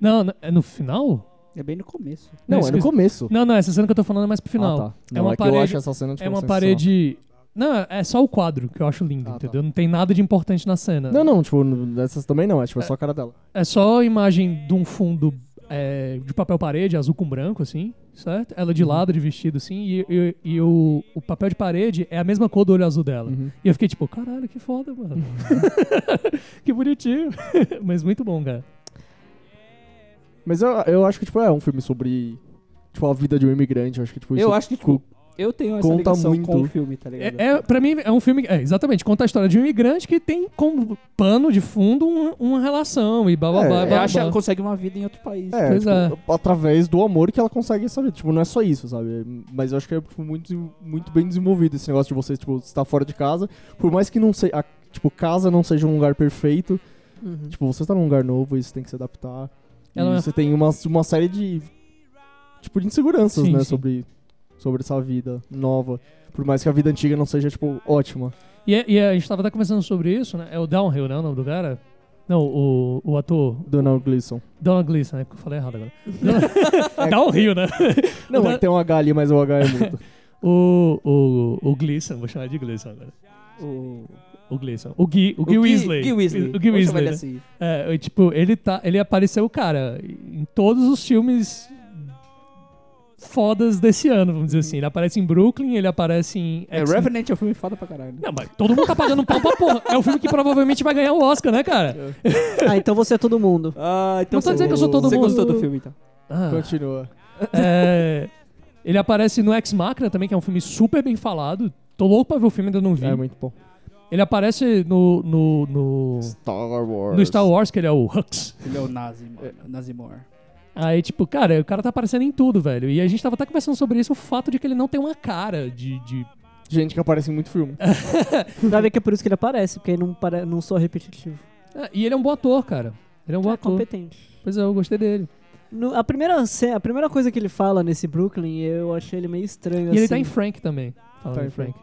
Não, n- é no final?
É bem no começo.
Não, é no
esqueci.
começo.
Não, não, essa cena que eu tô falando é mais pro final.
Ah, tá.
É
Não,
uma
que eu
parede-
acho essa cena tipo,
É uma
sensacional.
parede. Não, é só o quadro que eu acho lindo,
Ah, tá.
entendeu? Não tem nada de importante na cena.
Não, não, tipo, dessas também não, é tipo é só a cara dela.
É só a imagem de um fundo é, de papel parede, azul com branco, assim, certo? Ela
Uhum.
de lado, de vestido, assim, e, e- e o, o papel de parede é a mesma cor do olho azul dela.
Uhum.
E eu fiquei tipo, caralho, que foda, mano. [laughs] que bonitinho. [laughs] Mas muito bom, cara.
Mas eu, eu acho que, tipo, é um filme sobre, tipo, a vida de um imigrante. Eu acho que, tipo, isso
Eu acho que, tipo, eu tenho essa
conta
ligação
muito.
com o filme, tá ligado?
É, é, pra mim, é um filme. É, exatamente, conta a história de um imigrante que tem como pano de fundo um- uma relação e blá blá
É,
blá.
é,
blá,
acha,
blá.
consegue uma vida em outro país.
É,
Pois
tipo, através do amor que ela consegue essa vida. Tipo, não é só isso, sabe? Mas eu acho que é tipo, muito, desenvol- muito bem desenvolvido esse negócio de você, tipo, estar fora de casa. Por mais que não seja. a- Tipo, casa não seja um lugar perfeito.
Uhum.
Tipo, você tá num lugar novo e você tem que se adaptar.
Ela- é
E você tem uma, uma série de. Tipo, de inseguranças,
Sim,
né?
sim.
Sobre, sobre essa vida nova. Por mais que a vida antiga não seja, tipo, ótima.
E, é- e a gente tava até conversando sobre isso, né? É o Downhill, né? O nome do cara? Não, o, o ator. [laughs]
Donald Gleason.
Donald Gleason, né? Porque eu falei errado agora. Don- Downhill, né?
É Não,
Da-
é que tem um H ali, mas o H é muito.
O, o, o Gleason, vou chamar de Gleason agora.
O,
O Gleason. O Gui, o Gui Weasley.
Gui Weasley.
O Gui
Vamos chamar
Weasley.
ele
né?
assim.
É, eu, tipo, ele, tá, ele apareceu, cara, em todos os filmes fodas desse ano, vamos dizer assim. Ele aparece em Brooklyn, ele aparece em...
É,
X-Men.
Revenant é um filme foda pra caralho.
Não, mas todo mundo tá pagando pau pra porra. É o filme que provavelmente vai ganhar o Oscar, né, cara?
Ah, então você é todo mundo.
Ah, então
Não tô
você-
dizendo que eu sou todo
Você
mundo.
gostou do filme, então.
[laughs] Ah.
Continua.
É, ele aparece no Ex Machina também, que é um filme super bem falado. Tô louco pra ver o filme, ainda não vi.
É muito bom.
Ele aparece no, no, no,
Star Wars.
no Star Wars, que ele é o Hux.
Ele é o Nazi, mano. Nazimor.
Aí, tipo, cara, o cara tá aparecendo em tudo, velho. E a gente tava até conversando sobre isso, o fato de que ele não tem uma cara de. de-
Gente que aparece em muito filme.
Dá ver que é por isso que ele aparece, porque ele não, pare... não sou repetitivo.
Ah, e ele é um bom ator, cara. Ele é um
Tá
bom
É
ator.
competente.
Pois é, eu gostei dele.
No- a, primeira, ce- a primeira coisa que ele fala nesse Brooklyn, eu achei ele meio estranho.
E ele
assim.
tá em Frank também. Falando
Tá em
em Frank.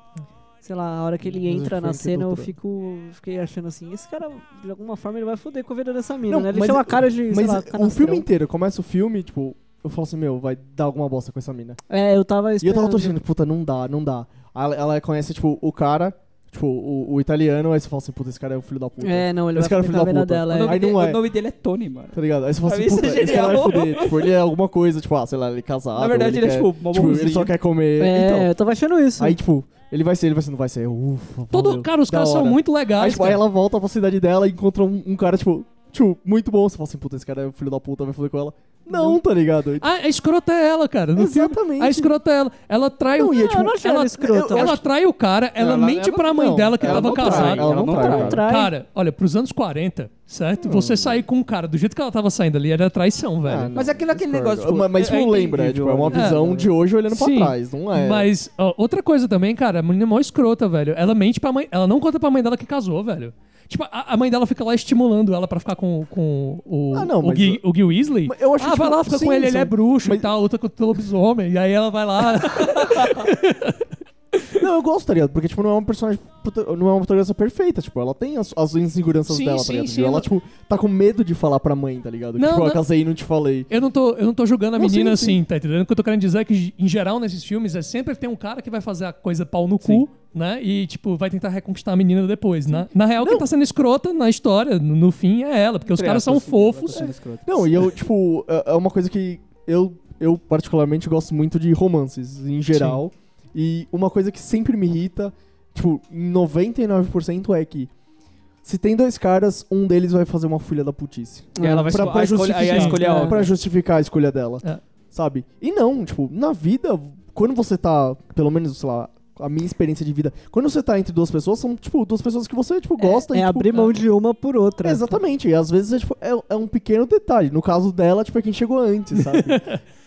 Sei lá, a hora que ele
Mas
entra
ele
na
tá foi
cena, eu
doutorado.
fico fiquei achando assim, esse cara, de alguma forma, ele vai foder com a vida dessa mina,
Não,
né? Ele
mas-
tem uma cara de, sei
Mas é,
lá,
o
tá
canastrão.
filme inteiro, começa o filme, tipo, eu falo assim, meu, vai dar alguma bosta com essa mina.
É, eu tava
E eu
esperando.
tava torcendo, puta, não dá, não dá. Aí Ela, ela conhece, tipo, o cara, tipo, o, o italiano, aí você fala assim, puta, esse cara é o filho da puta.
É, não, ele
Esse
vai
cara é
foder
filho
com a
da
vida
puta.
dela.
O
é.
nome,
Aí
dele,
não é.
o nome dele é Tony, mano.
Tá ligado? Aí você fala
Pra
assim,
mim isso
puta,
é
esse cara vai
genial.
foder. Tipo, ele é alguma coisa, tipo, ah, sei lá, ele é casado.
Na verdade, ele é,
quer-
tipo, uma
tipo, ele
mãozinha.
só quer comer.
É,
Então,
eu tava achando isso.
aí, tipo, ele vai ser, ele vai ser, não vai ser. Ufa,
Todo,
valeu,
cara, os
da
caras são
hora.
muito
Aí,
legais.
tipo, aí
cara.
ela volta pra cidade dela e encontra um, um cara, tipo, tipo, muito bom. Você fala assim, um puta, esse cara é o filho da puta, vai foder com ela. Não, tá ligado?
Ah, a escrota é ela, cara. No filme,
Exatamente.
a escrota é ela. Ela trai o.
Não, e é, tipo,
eu não achei ela
ela-
escrota.
Ela trai o cara, ela,
Ela-
mente
ela-
pra mãe
não,
dela que
ela
tela tava
não trai,
casada.
ela não trai.
Não trai.
Cara, olha, pros anos 40, certo? Você sair com um cara do jeito que ela tava saindo ali era traição, velho.
Ah, não.
Mas aquilo é aquele
Discordo.
negócio, tipo,
mas, mas isso
é- é
não lembra, é,
entendível,
tipo, é uma
né?
visão
É.
de hoje olhando
Sim.
pra trás, não é?
Mas, ó, outra coisa também, cara, a menina é mó escrota, velho. Ela mente pra mãe. Ela não conta pra mãe dela que casou, velho. Tipo, a, a mãe dela fica lá estimulando ela pra ficar com, com o,
Ah, não,
o,
mas-
Gui, o Gui Weasley.
Mas eu acho,
ah,
tipo,
vai lá, fica
sim,
com ele, ele
são-
é bruxo
mas-
e tal, luta contra o lobisomem. E aí ela vai lá.
[laughs] Não, eu gosto, tá ligado? Porque, tipo, não é uma personagem. prota- Não é uma protagonista perfeita, tipo, ela tem as, as inseguranças
Sim,
dela,
sim,
tá ligado?
sim,
ela,
ela-
tipo, tá com medo de falar pra mãe, tá ligado? Que,
Não,
tipo, eu
não-
casei e não te falei.
Eu não tô, eu não tô julgando a
Não,
menina
sim, sim.
assim, tá entendendo? O que eu tô querendo dizer é que, em geral, nesses filmes, é sempre tem um cara que vai fazer a coisa pau no cu, né? E, tipo, vai tentar reconquistar a menina depois, né? Na real, quem tá sendo escrota na história, no, no fim, é ela, porque os
Entre
caras são
aspas, assim,
fofos.
ela tá sendo escrota.
Não, e eu, tipo, é é uma coisa que eu, eu particularmente gosto muito de romances, em geral. E uma coisa que sempre me irrita, tipo, em 99% é que se tem dois caras, um deles vai fazer uma filha da putice.
E ela vai
É, pra,
esco-
pra
a escolha- aí a
justificar,
escolha é
pra
óbvia.
justificar a escolha dela.
É.
Sabe? E não, tipo, na vida, quando você tá, pelo menos, sei lá, a minha experiência de vida, quando você tá entre duas pessoas, são, tipo, duas pessoas que você, tipo, gosta
É
e, tipo,
abrir mão de uma por outra.
Exatamente, e às vezes é, tipo, é, é um pequeno detalhe. No caso dela, tipo, é quem chegou antes, sabe?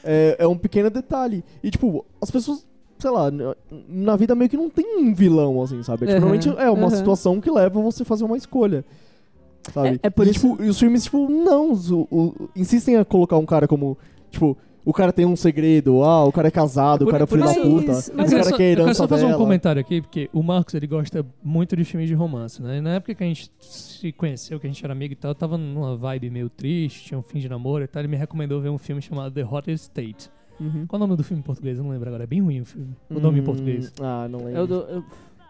é, é um pequeno detalhe. E, tipo, as pessoas, sei lá, n- na vida meio que não tem um vilão, assim, sabe? É, tipo,
Uhum,
Normalmente é uma
uhum.
situação que leva você a fazer uma escolha. Sabe?
É- é por
e,
isso-
tipo, e os filmes, tipo, não. os- o- o- insistem a colocar um cara como, tipo, o cara tem um segredo, ah, o cara é casado,
Por-
o cara é
por
filho da
isso-
puta,
Mas-
o
mas
eu quero só-
cara quer a
eu quero
herança
só fazer
dela.
um comentário aqui, porque o Marcos ele gosta muito de filmes de romance, né? E na época que a gente se conheceu, que a gente era amigo e tal, eu tava numa vibe meio triste, tinha um fim de namoro e tal. Ele me recomendou ver um filme chamado The Hotel State.
Uhum.
Qual é o nome do filme em português? Eu não lembro agora. É bem ruim o filme. O nome em
Hum,
português.
Ah, não lembro.
É o do- eu-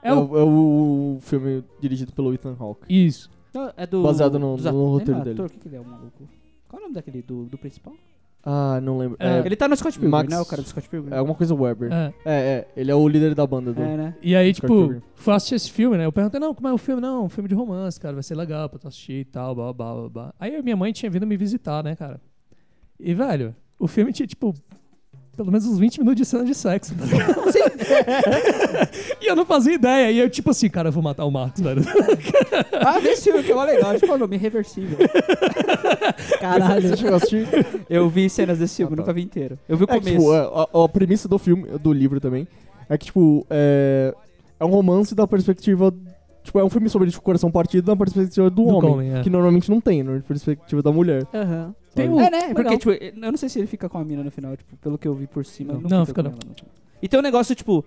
É
É
o...
o- é o filme dirigido pelo Ethan Hawke.
Isso.
não, é do-
Baseado no-
dos
no
at-
roteiro
lembra
dele.
ator, que que ele é, o maluco? Qual é o nome daquele, do, do principal?
Ah, não lembro.
É.
É,
Ele tá no Scott Pilgrim,
Max-
né? O cara do Scott Pilgrim.
é alguma coisa Weber. É.
É.
é, Ele é o líder da banda do. [laughs]
É, né?
E aí,
Scott
tipo,
Pilgrim.
fui assistir esse filme, né? Eu perguntei, não, como é o filme? Não, um filme de romance, cara, vai ser legal pra tu assistir e tal, blá, blá, blá, blá. Aí a minha mãe tinha vindo me visitar, né, cara? E, velho, o filme tinha, tipo, pelo menos uns 20 minutos de cena de sexo. [laughs] tá ligado? e eu não fazia ideia. E eu, tipo assim, cara, eu vou matar o Marcos,
[laughs]
velho.
Ah, vê esse filme que é mó legal. Tipo, o nome
[laughs]
Irreversível.
Caralho.
Você chegou a [laughs] assistir?
Eu vi cenas desse filme,
Ah, tá.
nunca vi inteiro. Eu vi o
É,
começo.
tipo, é, a, a premissa do filme, do livro também, é que, tipo, é, é um romance da perspectiva. Tipo, é um filme sobre tipo, coração partido da perspectiva do,
Um
Do
homem.
homem, é.
Que normalmente não tem, na perspectiva da mulher.
Aham.
Tem
sabe?
o-
É, né? Porque,
Legal.
tipo, eu não sei se ele fica com a mina no final, tipo, pelo que eu vi por cima.
Não.
ele
Não,
com
fica
ela no final. E tem um negócio, tipo.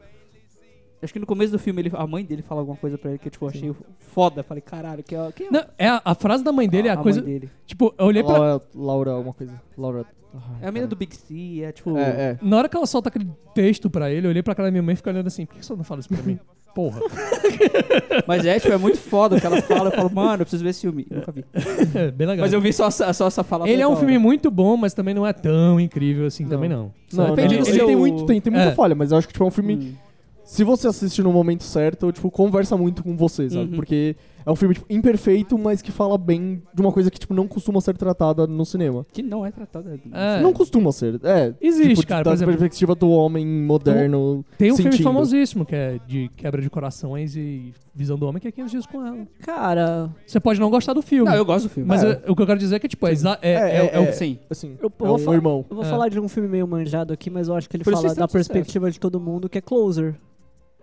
Acho que no começo do filme ele, a mãe dele fala alguma coisa pra ele que tipo, eu achei foda. Falei, caralho, que é. Quem é
Não, é a, a frase da mãe dele é a,
Ah, mãe
coisa.
dele.
Tipo, eu olhei pra.
Laura, Laura, alguma coisa. Laura. Ai,
É a mina
cara.
do Big C, é tipo.
É, é.
Na hora que ela solta aquele texto pra ele, eu olhei pra cara da minha mãe e fiquei olhando assim, por que você não fala isso pra
[laughs]
mim? Porra. [laughs]
Mas é, tipo, é muito foda o que ela fala. Eu falo, mano, eu preciso ver esse filme. Eu nunca vi.
É, bem legal.
Mas eu vi só, essa- só essa fala.
Ele é
foi
um
da
filme
hora.
muito bom, mas também não é tão incrível assim também não.
Não, não,
Ele-
ele,
ele
ele
tem
tem,
o-
muito, tem, tem muita
É.
falha, mas eu acho que tipo, é um filme
Hum.
se você assiste no momento certo, tipo, conversa muito com você, sabe?
Uhum.
Porque é um filme tipo, imperfeito, mas que fala bem de uma coisa que tipo não costuma ser tratada no cinema.
Que não é tratado.
É.
Não costuma ser. É.
Existe,
tipo, de-
cara,
Da
por exemplo.
perspectiva do homem moderno.
Tem um filme
sentindo.
famosíssimo que é de quebra de corações e visão do homem que é 500 dias com ela.
tipo, Cara,
Você pode não gostar do filme,
Não, eu gosto do filme.
mas
é.
eu- o que eu quero dizer é que tipo é, exa- é,
É,
é- é o-
eu-
Sim.
Assim,
eu,
é
vou,
um
fa-
irmão.
eu vou
É.
falar de um filme meio manjado aqui, mas eu acho que ele
Por isso
fala
fez
da
tanto sucesso.
perspectiva de todo mundo, que é Closer.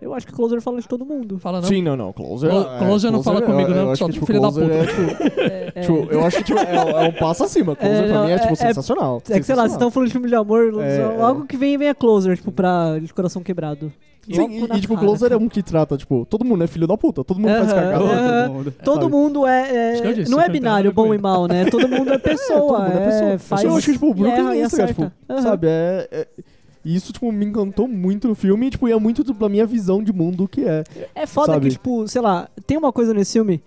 Eu acho que Closer fala de todo mundo.
fala não.
é. Sim, não, não. Closer.
Clo- Closer não fala comigo, não,
eu
que
acho
só
que,
tu
tipo,
filho da
Closer
puta.
É, tipo,
É, é-
[laughs] tipo, eu acho que tipo, é, é um passo acima.
É,
Closer pra
não,
mim é, tipo,
é- é-
sensacional.
É que sei lá, vocês estão falando de filme de amor,
É,
logo que vem vem a Closer, tipo, pra de coração quebrado.
Sim,
Logo
e,
na
e,
Ah.
tipo,
cara,
Closer é
cara.
um que trata, tipo, todo mundo é filho da puta, todo mundo faz
Aham,
cagada.
aham.
é,
todo mundo-
Todo
sabe?
mundo é. é-
Isso que eu disse,
não é
não tem nada a ver
binário,
com
bom e
ele.
mal, né? Todo mundo é pessoa.
todo mundo é pessoa.
faz.
eu acho que, tipo, o Brooklyn
erra e
é esse, cara, tipo,
acerta. Aham.
sabe, é... é- e isso, tipo, me encantou muito no filme e, tipo, e é muito do- da minha visão de mundo que é.
É foda
Sabe?
que, tipo, sei lá, tem uma coisa nesse filme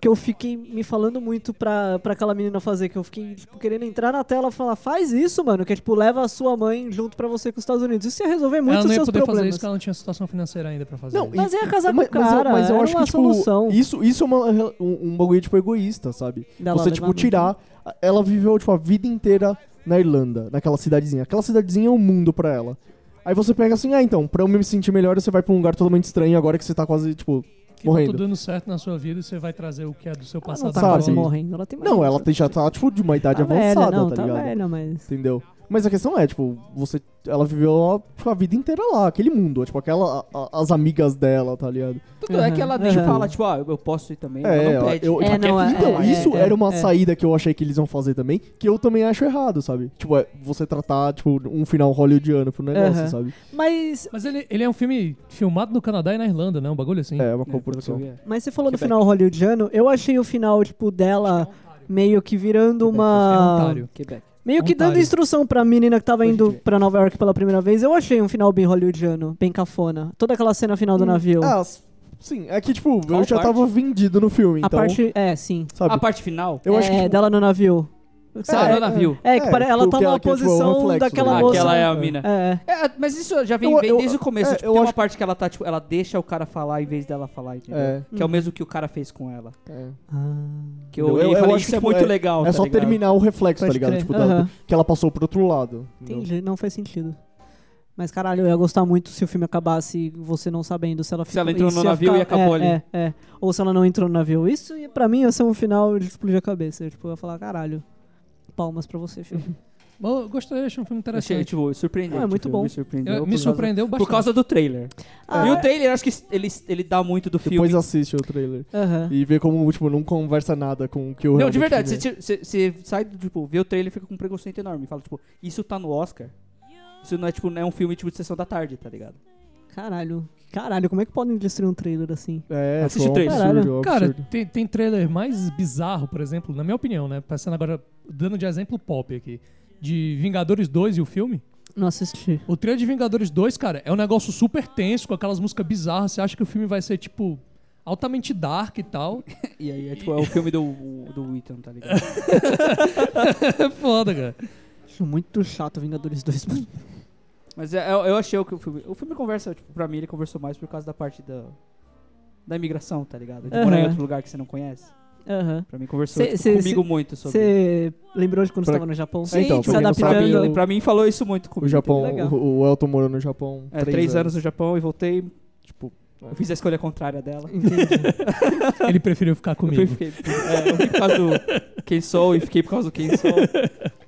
que eu fiquei me falando muito pra, pra aquela menina fazer, que eu fiquei, tipo, querendo entrar na tela e falar, faz isso, mano, que é, tipo, leva a sua mãe junto pra você com os Estados Unidos. Isso ia resolver
Ela
muitos
não ia
seus
poder fazer
problemas.
isso porque ela não tinha situação financeira ainda pra fazer.
Não,
isso.
e-
Mas ia casar com
mas,
o cara,
mas eu, mas eu
era
acho
uma
que, tipo,
solução.
isso, isso é uma, um, um bagulho, tipo, egoísta, sabe?
Dá lá,
Você,
levar a
tipo,
mãe.
tirar... Ela viveu, tipo, a vida inteira na Irlanda, naquela cidadezinha. Aquela cidadezinha é um mundo pra ela. Aí você pega assim, ah, então, pra eu me sentir melhor, você vai pra um lugar totalmente estranho agora que você tá quase, tipo,
Que tá
morrendo.
tudo dando certo na sua vida e você vai trazer o que é do seu
Ela
passado.
não tá
pra
quase
você.
Sabe?
morrendo, ela tem mais
Não, ela
tem
tem- já tá, tipo, de uma idade avançada,
velha, não,
tá,
tá
ligado?
velha, mas...
Entendeu? Mas a questão é, tipo, você. Ela viveu a, a vida inteira lá, aquele mundo. Tipo, aquela. a- a- as amigas dela, tá ligado?
Tudo é que ela deixa
Aham.
fala, tipo, ah, eu eu posso ir também.
É,
ela não
ela-
pede.
eu-
É,
tipo,
não, é-
então,
é-
isso
é-
era uma
é.
saída que eu achei que eles iam fazer também, que eu também acho errado, sabe? Tipo, é você tratar, tipo, um final hollywoodiano pro negócio,
Aham.
sabe?
Mas,
Mas ele, ele é um filme filmado no Canadá e na Irlanda, né? Um bagulho assim.
É,
É, uma
pelo que eu
coprodução.
vi, é.
mas você falou do
Quebec.
final hollywoodiano, eu achei o final, tipo, dela meio que virando
É
uma...
Ontário.
Quebec.
Meio que dando
Ontário.
instrução pra menina que tava
Pode
indo
crer.
pra Nova York pela primeira vez, eu achei um final bem hollywoodiano, bem cafona. Toda aquela cena final do navio.
Ah, s- sim, é que, tipo,
Qual
eu já
parte?
tava vendido no filme,
a
então.
parte. É, sim.
Sabe?
A parte final.
Eu
é,
acho que. tipo,
dela no navio.
Ah,
é,
ela viu.
É, que
É,
pare- ela
tipo,
tá
que
numa
ela- que é, tipo, é um
posição
reflexo,
daquela
né?
Ah,
moça.
que ela é a mina.
É, é.
É, mas isso já vem,
Eu-
vem
eu-
desde o começo.
é,
tipo,
eu
tem uma
acho-
parte que ela tá, tipo, ela deixa o cara falar em vez dela falar, entendeu?
É.
Que é o mesmo que o cara fez com ela.
é.
Que eu
Eu-
olhei
eu-
e
eu
falei,
acho
isso
que,
é
tipo,
muito legal.
é
tá
só
ligado?
terminar o reflexo, tá
Pode
ligado?
crer.
Tipo, dela-
Aham.
que ela passou pro outro lado. entendeu?
Entendi, não faz sentido. Mas caralho, eu ia gostar muito se o filme acabasse você não sabendo se ela ficou,
ela entrou
e
no
se ia
navio
ficar-
e acabou
é,
ali.
É, é. Ou se ela não entrou no navio. Isso ia- pra mim ia ser um final de explodir a cabeça. Eu, tipo, eu ia falar, caralho. Palmas pra você, filme.
Mas eu gostei, achei um filme
Eu Achei,
interessante.
tipo, surpreendente.
Ah, é muito
tipo,
bom.
Me surpreendeu.
Eu-
por
me
causa-
surpreendeu bastante.
Por causa do trailer.
Ah,
E o trailer, acho que ele, ele dá muito do filme.
É. Depois assiste o trailer.
aham.
E vê como, tipo, não conversa nada com o que eu
Não, de
realmente
verdade, você
queria.
tira- você você sai, do, tipo, vê o trailer e fica com um preconceito enorme. Fala, tipo, isso tá no Oscar? Isso não é, tipo, não é um filme tipo de sessão da tarde, tá ligado?
Caralho. Caralho, como é que podem destruir um trailer assim?
É,
Assiste
tipo, é um
o trailer.
absurdo,
Caralho.
é um
Cara,
absurdo.
tem, tem trailer mais bizarro, por exemplo, na minha opinião, né? Passando agora, dando de exemplo pop aqui. De Vingadores 2 e o filme.
Não assisti.
O trailer de Vingadores 2, cara, é um negócio super tenso, com aquelas músicas bizarras. Você acha que o filme vai ser, tipo, altamente dark e tal. [laughs]
E aí é, tipo, é o filme do, do Wheaton, tá ligado?
É foda, cara.
Acho é muito chato Vingadores 2. mano.
Mas é- eu, eu achei o que o filme. O filme conversa, tipo, pra mim, ele conversou mais por causa da parte da. Da imigração, tá ligado? De morar em
Aham.
outro lugar que você não conhece.
Aham.
Pra mim, conversou
Cê-
tipo,
cê-
comigo
cê-
muito sobre.
Você lembrou de quando você
Pra-
tava no Japão?
Sim, então,
se
pra quem não sabe,
Tipo, adaptando.
Ele, pra mim, falou isso muito comigo. tá
O Japão,
legal.
o, o Elton morou no Japão
É, três, anos no Japão e voltei. Tipo, eu fiz a escolha contrária
[laughs]
dela.
Ele preferiu ficar
Eu fui-
comigo.
fiquei, é, eu fui por causa do quem sou e fiquei por causa do quem sou.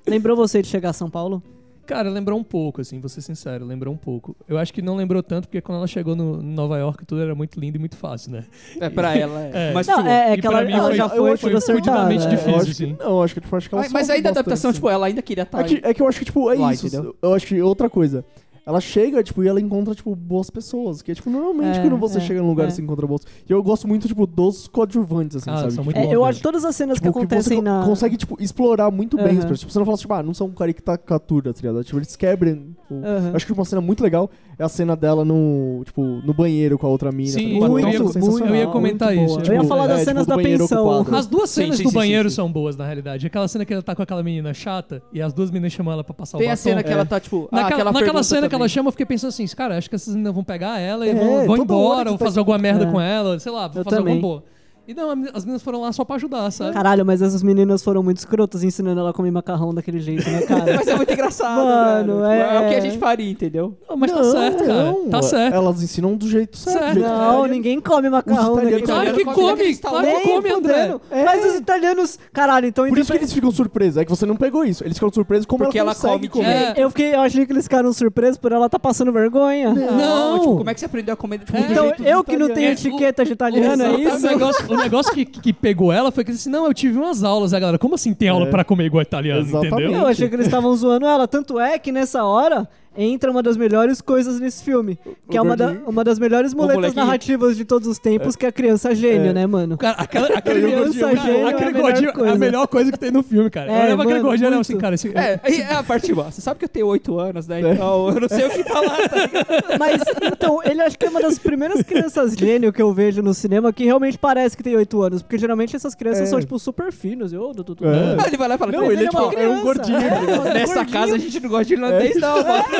Lembrou você de chegar a São Paulo?
Cara, lembrou um pouco, assim, vou ser sincero, lembrou um pouco. Eu acho que não lembrou tanto, porque quando ela chegou no, em Nova York, tudo era muito lindo e muito fácil, né?
É pra ela. É.
É.
Mas,
Não,
tipo,
é, é
e
que ela,
pra mim
ela
foi-
já
eu
foi
acho
tudo
que foi
acertada.
fudidamente
é.
difícil,
eu acho que
assim.
não, acho que tipo, acho que ela
mas, mas aí da
da
adaptação, tipo, ela ainda queria estar.
é que, é que eu acho que tipo é
Lá,
isso.
entendeu?
Eu acho que outra coisa. Ela chega, tipo, e ela encontra, tipo, boas pessoas. Que é, tipo, normalmente
É,
quando você
é,
chega num lugar,
é.
você encontra boas. E eu gosto muito, tipo, dos coadjuvantes, assim,
Ah,
sabe?
são muito
É,
bons
eu
mesmo.
acho todas as cenas que
Tipo, que você
acontecem
co-
na.
consegue, tipo, explorar muito bem as
Aham.
pessoas. Tipo, você não fala assim, tipo, ah, não são caricaturas, tá ligado? Tipo, eles quebram. o-
Aham.
Acho que uma cena muito legal é a cena dela no, tipo, no banheiro com a outra mina.
Sim,
tá ligado?
muito,
Nossa,
muito,
sensacional.
eu ia comentar
Muito
isso.
boa.
Eu ia
falar das
é,
cenas
tipo,
da
do banheiro
pensão.
ocupado.
As duas
Sim,
cenas
sim,
do
sim,
banheiro
sim, sim.
são boas, na realidade. Aquela cena que ele tá com aquela menina chata e as duas meninas chamam ela pra passar o
Tem a
batom.
cena que
É.
ela tá, tipo. ah,
Naquela,
aquela
naquela
pergunta
cena que ela
também.
chama, eu fiquei pensando assim, cara, acho que essas meninas vão pegar ela e
É,
vão, vão
toda hora que
embora, vão
tá
fazer alguma merda
É.
com ela, sei lá, vão
Eu
fazer
também.
alguma boa. E não, a menina- as meninas foram lá só pra ajudar, sabe?
Caralho, mas essas meninas foram muito escrotas ensinando ela a comer macarrão daquele jeito, né, cara?
Mas é muito engraçado.
Mano,
velho. Tipo, é... o que a
é-
gente faria, entendeu?
Não, mas tá
Não,
certo, cara.
não. É
Tá certo.
Elas ensinam do jeito certo.
Certo.
do jeito
[laughs] Não,
que-
ninguém come macarrão
italianos
daquele
Claro
Italiano
que
come
come,
daqueles
claro que
Nem
come, André.
fudendo. Mas os italianos, caralho, então
É. Por isso que
independ-
eles ficam surpresos. É que você não pegou isso. Eles ficam surpresos como
Porque
ela
ela
consegue
come
comer.
direto.
eu fiquei, eu achei que eles ficaram surpresos por ela tá passando vergonha.
Não.
Tipo, como é que você aprendeu a comer? Tipo,
É.
do
Então,
jeito-
eu que não tenho
É, o-
etiqueta de italiano, é
Exatamente.
isso?
O negócio, o negócio que, que pegou ela foi que disse: Não, eu tive umas aulas. Aí, galera, como assim tem aula
É.
pra comer igual italiano?
Exatamente.
Entendeu?
Eu achei que eles estavam zoando ela. Tanto é que nessa hora entra uma das melhores coisas nesse filme. Que é uma, da-
gordinho.
uma das melhores muletas
molequinho.
narrativas de todos os tempos, que é a criança gênio,
É.
né, mano?
Cara, aquela, aquele
Criança
gordinho, cara,
gênio é
aquele
a melhor
gordinho é a
coisa.
melhor coisa que tem no filme, cara.
É,
eu olhava aquele
mano,
gordinho e olhava assim,
muito.
cara, esse,
É, aí é a parte boa. Você sabe que eu tenho oito anos, né? Então eu não sei o que falar. Tá? ligado?
[laughs] Mas, então, ele acho que é uma das primeiras [laughs] crianças gênio que eu vejo no cinema que realmente parece que tem 8 anos. Porque geralmente essas crianças
É.
são, tipo, super finos. Eu, do, do, do-
É.
Aí ele vai lá e fala:
Não,
"Pô,
ele é,
é uma
tipo, é um
criança. [laughs]
gordinho. tá ligado?
né? Nessa casa a gente não gosta de irlandês, não, mano.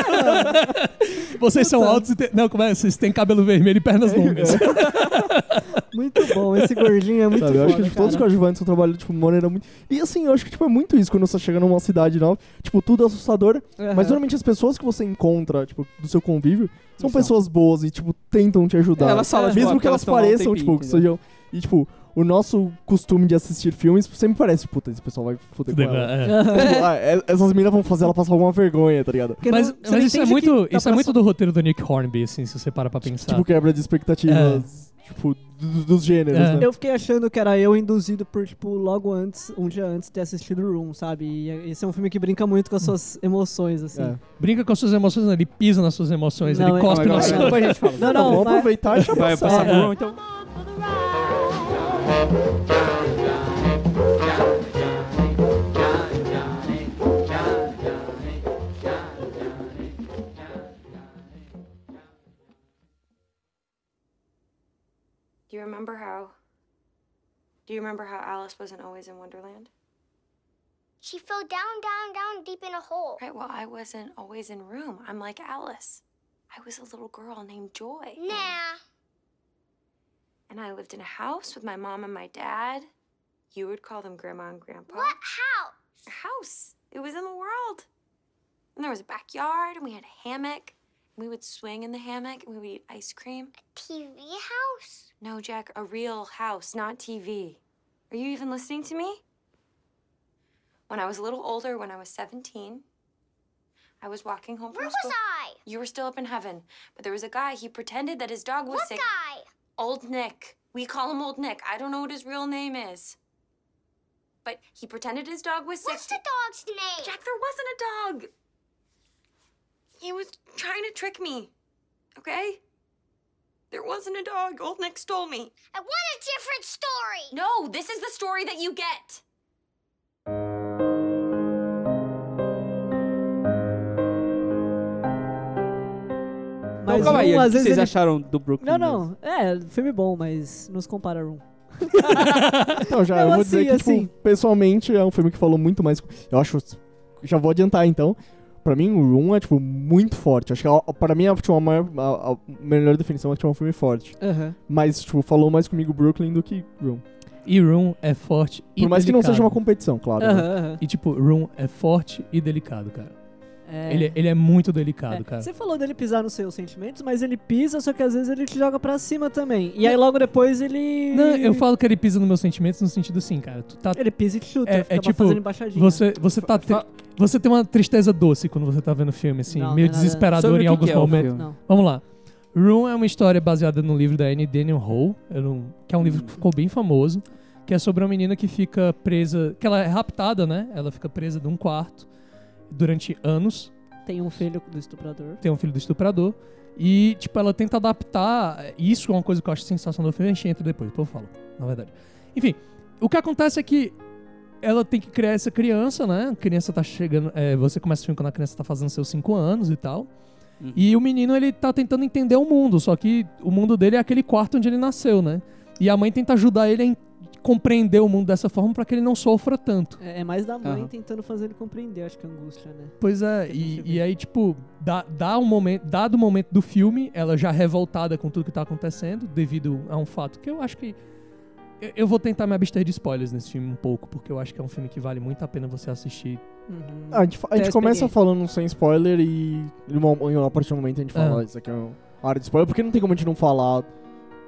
Vocês são altos e tem... Não, como é? Vocês têm cabelo vermelho e pernas longas.
Muito bom, esse gordinho é muito
Sabe, eu acho que
foda,
tipo, todos os
cara.
coadjuvantes estão trabalhando, tipo, de maneira muito. E assim, eu acho que tipo, é muito isso quando você chega numa cidade nova. Tipo, tudo é assustador. Mas
Aham.
normalmente as pessoas que você encontra, tipo, do seu convívio, são
São.
pessoas boas e, tipo, tentam te ajudar.
Elas falam, tipo,
Mesmo
ah,
que elas
estão lá um
pareçam,
tempinho,
tipo, que
entendeu?
sejam. E, tipo, o nosso costume de assistir filmes sempre parece, puta, esse pessoal vai foder com ela. Tipo, ah, é- essas meninas vão fazer ela passar alguma vergonha, tá
[laughs]
ligado?
Porque
Mas,
não- você
mas
não
isso é
entende que
muito,
tá
isso é
pra
muito
só-
do roteiro do Nick Hornby, assim, se você para pra pensar.
Tipo, quebra de expectativas, tipo, do- dos gêneros,
É.
né?
Eu fiquei achando que era eu induzido por, tipo, logo antes, um dia antes de ter assistido Room, sabe? E esse é um filme que brinca muito com as suas emoções, assim.
É.
Brinca com as suas emoções, não, ele pisa nas suas emoções,
Não,
ele
é-
cospe
não,
nas
é-
suas.
Depois a gente fala.
Não,
Então,
não,
vamos
mas-
aproveitar e deixa
Vai passar
passar.
por
É.
um, então.
Do you remember how? Do you remember how Alice wasn't always in Wonderland?
She fell down, down, down deep in a hole.
Right, well, I wasn't always in room. I'm like Alice. I was a little girl named Joy.
Nah.
And I lived in a house with my mom and my dad. You would call them grandma and grandpa.
What? How?
A house. It was in the world. And there was a backyard, and we had a hammock. And we would swing in the hammock, and we would eat ice cream.
TV house?
No, Jack, a real house, not TV. Are you even listening to me? When I was a little older, when I was 17, I was walking home from
Where was
school.
I?
You were still up in heaven, but there was a guy, he pretended that his dog was
What
sick.
guy?
Old Nick. We call him Old Nick. I don't know what his real name is. But he pretended his dog was sick.
What's the dog's name?
Jack, there wasn't a dog. He was trying to trick me. Okay? There wasn't a dog. Old Nick stole me.
I want a different story.
No, this is the story that you get.
Então,
Mas
calma aí,
Room,
o
às
que
vezes
vocês
ele...
acharam do Brooklyn?
Não,
Nine-Nine?
não. É, filme bom, mas nos compara a Room.
Não, já,
Não,
eu vou
assim,
dizer que, tipo,
assim.
pessoalmente, é um filme que falou muito mais... Eu acho... Já vou adiantar, então. Pra mim, o Room é, tipo, muito forte. Acho que, a- pra mim, a, tipo, a, maior, a, a melhor definição é que é um filme forte.
Aham.
Mas, tipo, falou mais comigo Brooklyn do que Room.
E Room é forte e
Por mais que não
delicado.
seja uma competição, claro. né?
Aham, aham.
E tipo, Room é forte e delicado, cara.
É.
Ele, ele é muito
É,
delicado, cara.
Você falou dele pisar nos seus sentimentos, mas ele pisa, só que às vezes ele te joga pra cima também. E aí logo depois ele.
Não, eu falo que ele pisa nos meus sentimentos no sentido assim, cara. Tu tá.
Ele pisa e te chuta,
É-
fica
é
lá
tipo,
fazendo embaixadinha.
Você, você tá. tri-
Fa-
Você tem uma tristeza doce quando você tá vendo o filme, assim,
Não,
meio
não é nada.
desesperador
Sobre o
em
que
alguns
que é o
momentos.
filme?
Não.
Vamos lá. Room é uma história baseada no livro da Anne Daniel Hall, eu não- que é um livro que ficou bem famoso, que é sobre uma menina que fica presa, que ela é raptada, né? Ela fica presa num quarto durante anos,
Tem um filho do estuprador.
tem um filho do estuprador, e, tipo, ela tenta adaptar, isso é uma coisa que eu acho sensacional do filme, a gente entra depois, depois eu falo, na verdade. Enfim, o que acontece é que ela tem que criar essa criança, né? A criança tá chegando, é, você começa o filme quando a criança tá fazendo seus 5 anos e tal,
Uhum.
e o menino, ele tá tentando entender o mundo, só que o mundo dele é aquele quarto onde ele nasceu, né? E a mãe tenta ajudar ele a en- compreender o mundo dessa forma pra que ele não sofra tanto.
É, é mais da mãe
Aham.
tentando fazer ele compreender, acho que a angústia, né?
Pois é, e, e aí, tipo, dá, dá um momento, dado o momento do filme, ela já revoltada com tudo que tá acontecendo, devido a um fato que eu acho que. Eu, eu vou tentar me abster de spoilers nesse filme um pouco, porque eu acho que é um filme que vale muito a pena você assistir.
Uhum.
Ah,
A gente, fa- a gente
Tem a
começa
experiência.
falando sem spoiler e em uma, em uma partir do momento a gente fala,
É.
"Ah, isso aqui é uma área de spoiler, porque não tem como a gente não falar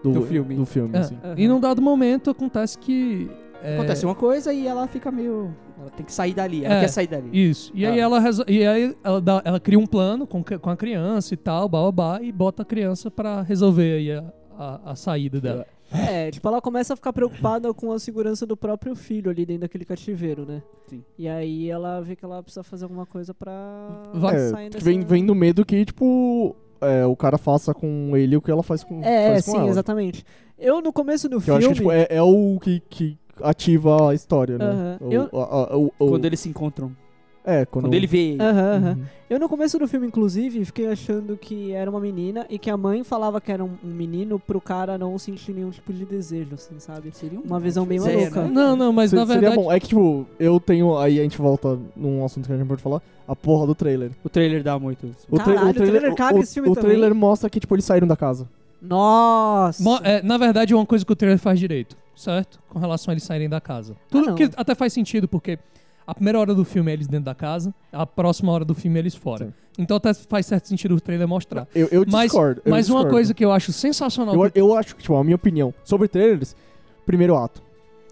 do,
Do filme.
Do filme
É,
assim.
E num dado momento acontece que. é,
um
Acontece uma coisa e ela fica meio. Ela tem que sair dali. Ela
É.
quer sair dali.
Isso. E aí
Tá.
Ah.
ela reso- e aí ela, dá- ela cria um plano com, que- com a criança e tal, bababá, e bota a criança pra resolver aí a, a- a saída dela.
É, tipo, ela começa a ficar preocupada com a segurança do próprio filho ali dentro daquele cativeiro, né?
Sim.
E aí ela vê que ela precisa fazer alguma coisa pra
Vai
É,
sair
que
dessa...
vem, vem do medo que, tipo, é, o cara faça com ele o que ela faz com,
É, é
faz com
sim,
ela.
exatamente. Eu no começo do
Que eu
filme.
acho que tipo, é, é o que, que ativa a história, né?
Aham.
O-
Eu-
a- a- o- o-
Quando eles se encontram.
É, quando,
Quando ele vê. ele.
Aham, aham.
Uhum.
Eu no começo do filme, inclusive, fiquei achando que era uma menina e que a mãe falava que era um, um menino pro cara não sentir nenhum tipo de desejo, assim, sabe?
Seria um-
Uma visão bem
Zero,
maluca.
né?
Não, não, mas
Se-
na
Seria
verdade.
bom. É que, tipo, eu tenho. Aí a gente volta num assunto que a gente pode falar. A porra do trailer.
O trailer dá muito. isso.
O, tra-
Caralho, o trailer caga
o-
esse filme
o
também.
trailer mostra que, tipo, eles saíram da casa.
Nossa!
Mo- é, na verdade, é uma coisa que o trailer faz direito, certo? Com relação a eles saírem da casa. Tudo
Ah,
não.
que até faz sentido, porque a primeira hora do filme é eles dentro da casa, a próxima hora do filme é eles fora. Então até faz certo sentido o trailer
Tá.
mostrar.
Eu, eu
mas
discordo. eu
mas uma
discordo.
coisa que eu acho sensacional.
Eu, eu acho que, tipo, a minha opinião sobre trailers, primeiro ato.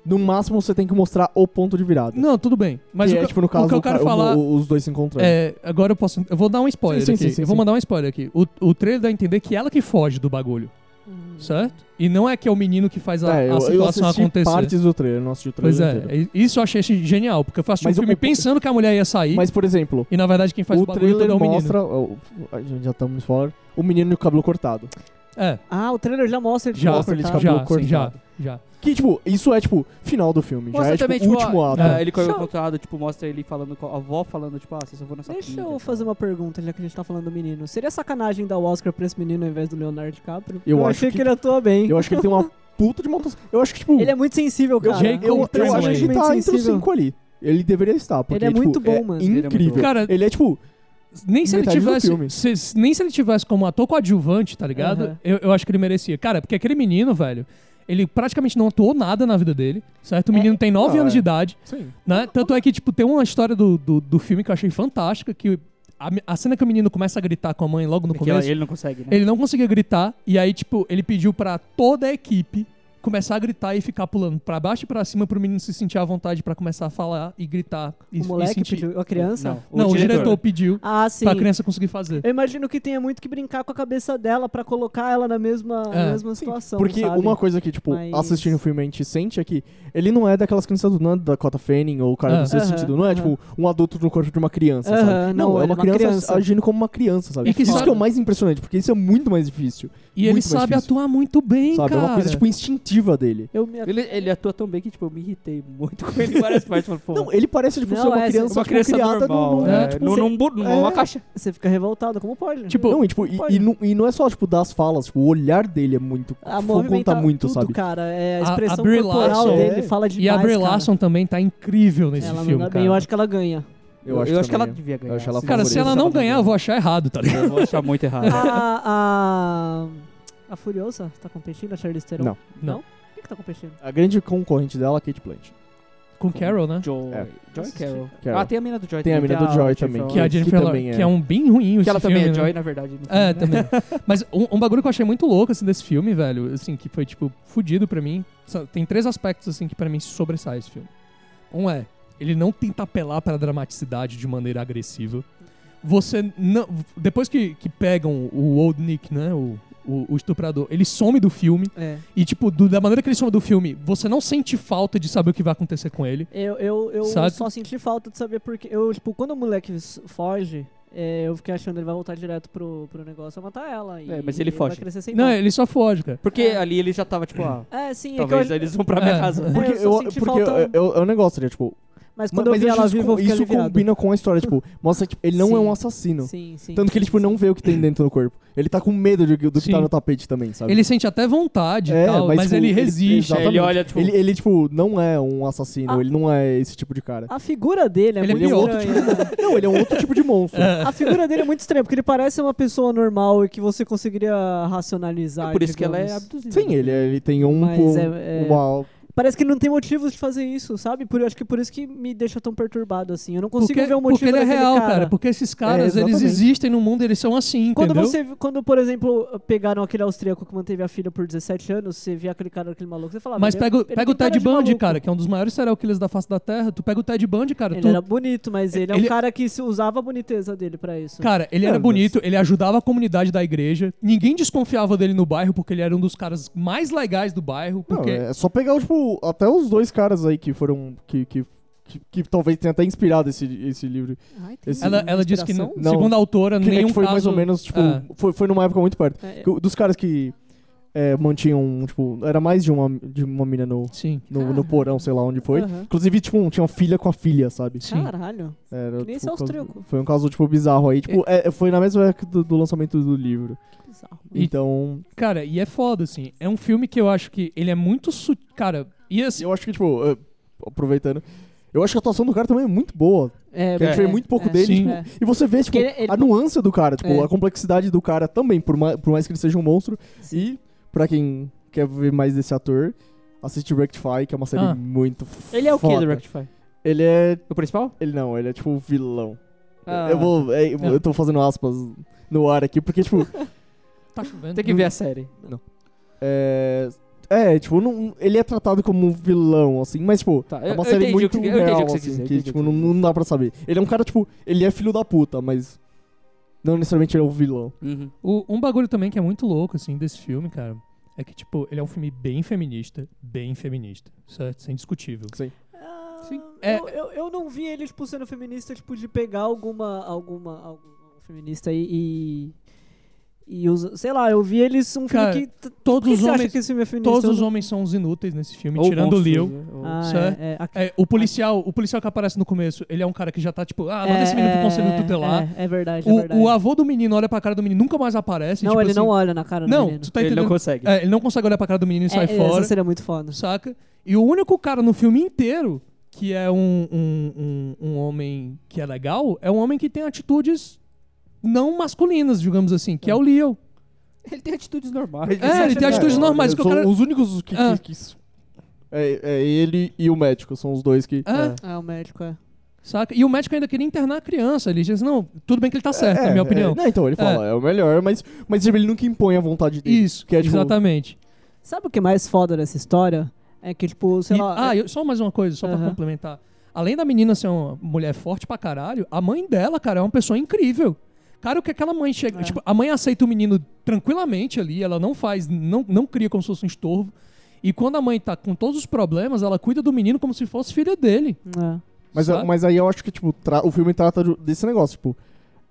No máximo você tem que mostrar o ponto de virada.
Não, tudo bem. Mas
é
o,
que é,
que,
tipo, no caso,
o que eu
o
quero
ca- o-
falar.
o- os dois se encontrando.
É, agora eu posso. Eu vou dar um spoiler
Sim, sim,
aqui.
sim, sim,
eu vou
sim.
mandar um spoiler aqui. O, o trailer dá a entender que ela que foge do bagulho.
Uhum.
Certo? E não é que é o menino que faz a,
É,
a
eu, eu
situação
assisti
acontecer.
partes do trailer, não assisti o
Pois
trailer
é,
inteiro.
e- isso eu achei genial, porque eu assisti
Mas
um filme
o-
pensando que a mulher ia sair,
Mas, por exemplo,
e na verdade quem faz o,
o
bagulho todo é
trailer
o menino.
mostra... o- a gente já estamos fora. O menino com o cabelo cortado.
É,
Ah, o trailer já mostra ele tá?
já,
mostra ele de
cortado.
já,
cabelo
sim, já,
cortado.
já.
Que, tipo, isso é, tipo, final do filme. Já
Mostra
é, tipo,
também,
o último
a-
ato.
a- ele com
Deixa
o
eu-
contado, tipo, mostra ele falando com a avó falando, tipo, ah, você só vou nessa
Deixa
quinta,
eu
tá?
fazer uma pergunta, já que a gente tá falando do menino. Seria sacanagem dar o Oscar pra esse menino ao invés do Leonardo DiCaprio?
Eu acho
achei que,
que-
ele atua bem.
Eu acho que ele tem uma puta de montação. Eu acho que, tipo...
Ele é muito sensível, cara.
Jake
Eu, eu
Tremblay.
acho que ele tá entre os cinco ali. Ele deveria estar, porque,
Ele é
tipo,
muito bom,
é
mano.
é muito
Incrível.
bom.
Cara-
Ele é, tipo...
Nem se, ele
Metade do
tivesse,
filme.
se- se- nem se ele tivesse como ator coadjuvante, tá ligado?
Aham.
Eu, eu acho que ele merecia. Cara, porque aquele menino, velho, ele praticamente não atuou nada na vida dele, certo? O menino tem 9
Ah,
anos
é.
de idade,
Sim.
né? Tanto é que, tipo, tem uma história do, do, do filme que eu achei fantástica, que a, me- a cena que o menino começa a gritar com a mãe logo no
Porque ela-
começo,
ele não consegue, né?
ele não conseguia gritar, e aí, tipo, ele pediu pra toda a equipe começar a gritar e ficar pulando pra baixo e pra cima pro menino se sentir à vontade pra começar a falar e gritar. E,
O
e
moleque
sentir...
pediu, a
é
criança?
Não, o diretor, pediu
Ah, sim.
pra criança conseguir fazer.
Eu imagino que tenha muito que brincar com a cabeça dela pra colocar ela na mesma,
É.
na mesma situação,
Porque
sabe?
uma coisa que, tipo,
Mas-
assistindo o filme a gente sente é que ele não é daquelas crianças do Nando, da Cota Fanning ou o cara
Ah.
do sexto
Aham,
sentido. Não é,
aham.
tipo, um adulto no corpo de uma criança,
Aham,
sabe?
não,
é
ele
uma criança, agindo como uma criança, sabe?
E que
isso
sabe-
que é o mais impressionante, porque isso é muito mais difícil.
E ele
muito mais
sabe
difícil.
atuar muito bem,
sabe?
cara.
É uma coisa, tipo, instintiva dele.
Eu me...
Ele, ele atua tão bem que, tipo, eu me irritei muito com ele em várias partes. Falei, pô,
Não, ele parece, tipo,
Não,
ser uma
é,
criança,
uma
tipo,
criança
criada
normal,
no... no-
né?
é,
tipo,
num,
sem-
num, bu- numa
é.
caixa.
Você fica revoltado, como pode?
Tipo,
Não, e, tipo, e, e não, e não é só, tipo, das falas. Tipo, o olhar dele é muito...
a
conta
movimenta
muito,
tudo,
sabe?
cara. É,
A-
a
a
expressão
Brie
corporal
Larson-
dele
é.
fala demais,
e a Brie
cara.
Larson também tá incrível nesse
Ela
filme,
manda
cara.
bem, eu acho que ela
[laughs]
ganha.
Eu, acho, que ela
também. é.
devia ganhar. assim.
Eu acho ela
sim.
Cara, se ela não
Favorita,
ganhar, eu vou achar errado, tá ligado?
Eu vou achar muito [laughs] errado.
a, a... A Furiosa tá competindo, a Charlize Theron?
Não.
Não.
Quem que tá competindo?
A grande concorrente dela é a Kate Blanchett.
Com Carol, né?
Joy.
É.
Joy Carol.
Carol.
Ah, tem a mina do Joy
Tem a
também,
mina do
tem
Joy
Jennifer
também,
Que é a
Lawrence.
Jennifer
também
Lawrence,
é-
que é um bem ruim esse
Que ela
filme,
também é
né?
Joy, na verdade. no filme,
É,
[laughs]
né?
também. Mas um, um bagulho que eu achei muito louco, assim, desse filme, velho, assim, que foi, tipo, fudido pra mim. Só- Tem três aspectos, assim, que pra mim sobressai esse filme. Um é, ele não tenta apelar pra dramaticidade de maneira agressiva. Você não... Depois que, que pegam o Old Nick, né, o, o, o estuprador, ele some do filme.
É.
E, tipo, do- da maneira que ele some do filme, você não sente falta de saber o que vai acontecer com ele.
Eu, eu, eu
Sabe?
só senti falta de saber porque. Eu, tipo, quando o moleque s- foge, é, eu fiquei achando ele vai voltar direto pro, pro negócio vai matar ela. e-
É, mas ele
e
foge.
Vai crescer sem
Não,
mão.
ele só foge, cara.
Porque
É.
ali ele já tava, tipo, ah,
É, sim, é
talvez
que eu,
eles vão pra minha
É.
casa.
É,
Porque,
eu só
eu,
senti
porque
falta-
eu- eu- é um negócio, né? Tipo,
Mas
Ma-
quando eu vi ela
isso
viva, eu
co-
fiquei
isso
aliviado.
combina com a história, tipo, mostra que tipo, ele não é
Sim.
um assassino.
Sim, sim.
Tanto que ele, tipo, não vê o que tem dentro do corpo. Ele tá com medo de- do que
Sim.
tá no tapete também, sabe?
Ele sente até vontade e
É,
tal, mas,
mas, tipo,
ele
ele-
resiste.
exatamente.
Ele olha, tipo,
Ele, ele, tipo, não é um assassino,
Ah.
ele não é esse tipo de cara.
A figura dele é
Ele é
muito
pior.
estranha.
Não, ele é um outro tipo de
[laughs]
monstro.
A figura dele é muito estranha, porque ele parece uma pessoa normal e que você conseguiria racionalizar.
é por isso que ela é
digamos.
abduzida.
Sim, ele, ele tem um.
Mas
com-
é- é-
uma-
né?
Parece que ele não tem motivos de fazer isso, sabe? Por, eu acho que é por isso que me deixa tão perturbado assim. Eu não consigo ver o motivo
porque ele é
daquele
real, cara.
cara.
Porque esses caras, eles
exatamente.
existem no mundo, eles são assim,
Quando
entendeu?
você, quando por exemplo, pegaram aquele austríaco que manteve a filha por 17 anos, você via aquele cara, aquele maluco, você falava,
Mas
ele é-
pega, o-
ele
pega
tem
o Ted
cara de
Bundy,
maluco.
cara, que é um dos maiores serial killers da face da Terra. Tu pega o Ted Bundy, cara.
Ele
tu-
era bonito, mas ele, é um
Ele-
cara que se usava a boniteza dele pra isso.
Cara, ele era
Cara,
bonito, ele ajudava a comunidade da igreja. Ninguém desconfiava dele no bairro, porque ele era um dos caras mais legais do bairro.
Não,
Porque...
é só pegar, tipo, até os dois caras aí que foram. que, que, que, que talvez tenha até inspirado esse, esse livro. Esse-
Ela, ela disse que, não,
assim, Não.
segundo a autora,
Que, é
nenhum
que foi
caso...
mais ou menos, tipo,
Ah.
foi, foi numa época muito perto.
É,
Que o- Dos caras que é, mantinham, tipo, era mais de uma, de uma mina no,
Sim,
no, no porão, sei lá onde foi.
Aham.
Inclusive, tipo, um- tinha uma filha com a filha, sabe?
sim.
Caralho.
Era,
Que nem esse
um caso-
austríaco.
foi um caso, tipo, bizarro aí. Tipo, é, foi na mesma época do, do lançamento do livro.
que bizarro.
E-
Então,
Cara, e é foda, assim. É um filme que eu acho que ele é muito... Su... Cara, e assim...
eu acho que, tipo, eh, aproveitando, Eu acho que a atuação do cara também é muito boa.
É,
Que a gente vê muito pouco dele,
Sim.
tipo,
É.
E você vê, tipo,
Porque ele- ele-
a nuance do cara, tipo,
É.
a complexidade do cara também, por, ma- por mais que ele seja um monstro.
Sim.
E, pra quem quer ver mais desse ator, assiste Rectify, que é uma série
Ah.
muito
Ele é o que
foda.
do Rectify?
Ele é...
O principal?
Ele não, ele é, tipo, vilão.
Ah.
Eu vou... é, eu,
É.
eu tô fazendo aspas no ar aqui, porque,
[laughs]
tipo,
Tá chovendo.
Tem que ver a série.
é... É, tipo, não, ele é tratado como um vilão, assim, mas, tipo,
Tá,
é
eu-
uma
eu
série
entendi o
muito
que- eu entendi o que
real,
você
assim,
quis dizer, eu
que,
entendi
tipo,
o que
não,
você
não dá pra saber. Ele é um cara, tipo, ele é filho da puta, mas não necessariamente ele é o vilão.
Uhum.
O- um bagulho também que é muito louco, assim, desse filme, cara, é que, tipo, ele é um filme bem feminista, bem feminista, certo? Isso é indiscutível.
Ah,
Sim. É-
Eu, eu, eu não vi ele, tipo, sendo feminista, tipo, de pegar alguma. alguma. algum feminista e. e, e usa, sei lá, eu vi eles um filme
Cara,
que. t- Por
Todos
que
os
você acha
homens,
que esse filme é feminista?
todos
Eu
os
não-
homens são os inúteis nesse filme,
Ou
tirando o
monstros,
Leo.
né? Ou-
Ah,
certo?
é, é, aqui-
É, o policial, o policial que aparece no começo, ele é um cara que já tá tipo, ah, manda esse menino pro conselho tutelar.
É, é verdade, é verdade.
o, o avô do menino olha pra cara do menino, nunca mais aparece.
não,
tipo
ele
assim,
não olha na cara do
Não,
menino.
tu tá
Ele
entendendo?
não consegue.
É, ele não consegue olhar pra cara do menino e sai
é,
fora,
Essa seria muito foda.
saca? E o único cara no filme inteiro que é um, um, um, um homem que é legal é um homem que tem atitudes não masculinas, digamos assim, que é, o Leo.
Ele tem atitudes normais.
É, ele tem
É,
atitudes
é,
normais. Que o
são
cara...
Os únicos que. que-
Ah.
que s- é, é ele e o médico, são os dois que.
Ah,
É,
É, o médico, é.
saca? E o médico ainda queria internar a criança. Ele diz, não, tudo bem que ele tá certo,
é,
na minha opinião.
é, não, então ele
Ah.
fala, é, o melhor, mas, mas tipo, ele nunca impõe a vontade dele.
Isso,
que é, tipo,
exatamente.
Sabe o que é mais foda dessa história? É que, tipo, sei
E-
lá.
ah, eu- só mais uma coisa, só pra
Aham.
complementar. Além da menina ser uma mulher forte pra caralho, a mãe dela, cara, é uma pessoa incrível. Cara, o que aquela mãe chega. Tipo, a mãe aceita o menino tranquilamente ali, ela não faz, não, não cria como se fosse um estorvo. E quando a mãe tá com todos os problemas, ela cuida do menino como se fosse filha dele.
é.
Mas,
sabe?
mas aí eu acho que, tipo, tra- o filme trata de- desse negócio, tipo.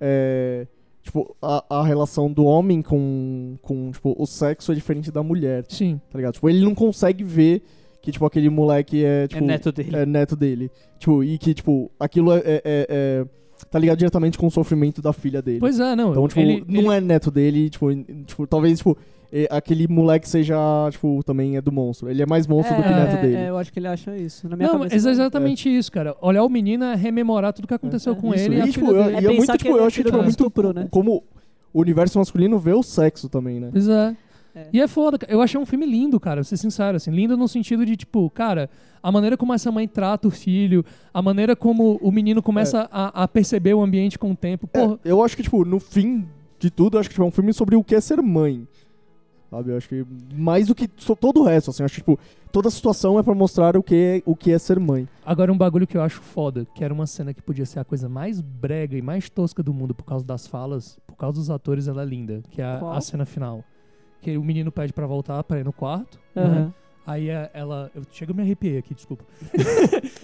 é, tipo, a, a relação do homem com, com. Tipo, o sexo é diferente da mulher,
Sim.
tá ligado? Tipo, ele não consegue ver que, tipo, aquele moleque é.
É
Tipo,
neto dele.
é neto dele. Tipo, e que, tipo, aquilo é. é- é- é- tá ligado diretamente com o sofrimento da filha dele.
Pois é, não.
Então, tipo,
ele-
não
ele-
é neto dele, tipo, em- tipo, talvez, tipo, eh, aquele moleque seja, tipo, também é do monstro. Ele é mais monstro do que neto
é,
dele.
eu acho que ele acha isso. Na minha
Não,
cabeça.
mas é exatamente isso, cara. Olhar o menino é rememorar tudo que aconteceu com
Isso,
ele. e a
e, tipo,
filha
eu-
dele.
e é muito,
pensar que
tipo,
ele
eu
é
acho que,
filho
tipo, é
do
muito
estupro, né?
como o universo masculino vê o sexo também, né?
Pois é.
É.
E é foda, cara. eu achei um filme lindo, cara, pra ser sincero, assim, lindo no sentido de, tipo, cara, a maneira como essa mãe trata o filho, a maneira como o menino começa
É.
a, a perceber o ambiente com o tempo,
É,
porra,
eu acho que, tipo, no fim de tudo, eu acho que, tipo, é um filme sobre o que é ser mãe. Sabe? Eu acho que mais do que so- todo o resto, assim. Eu acho que, tipo, toda a situação é pra mostrar o que é, o que é ser mãe.
agora um bagulho que eu acho foda, que era uma cena que podia ser a coisa mais brega e mais tosca do mundo por causa das falas, por causa dos atores, ela é linda, que é a,
Qual?
a cena final, que o menino pede pra voltar pra ir no quarto, né?
Aham.
aí é- ela, eu chego me arrepiei aqui,
[laughs]
desculpa,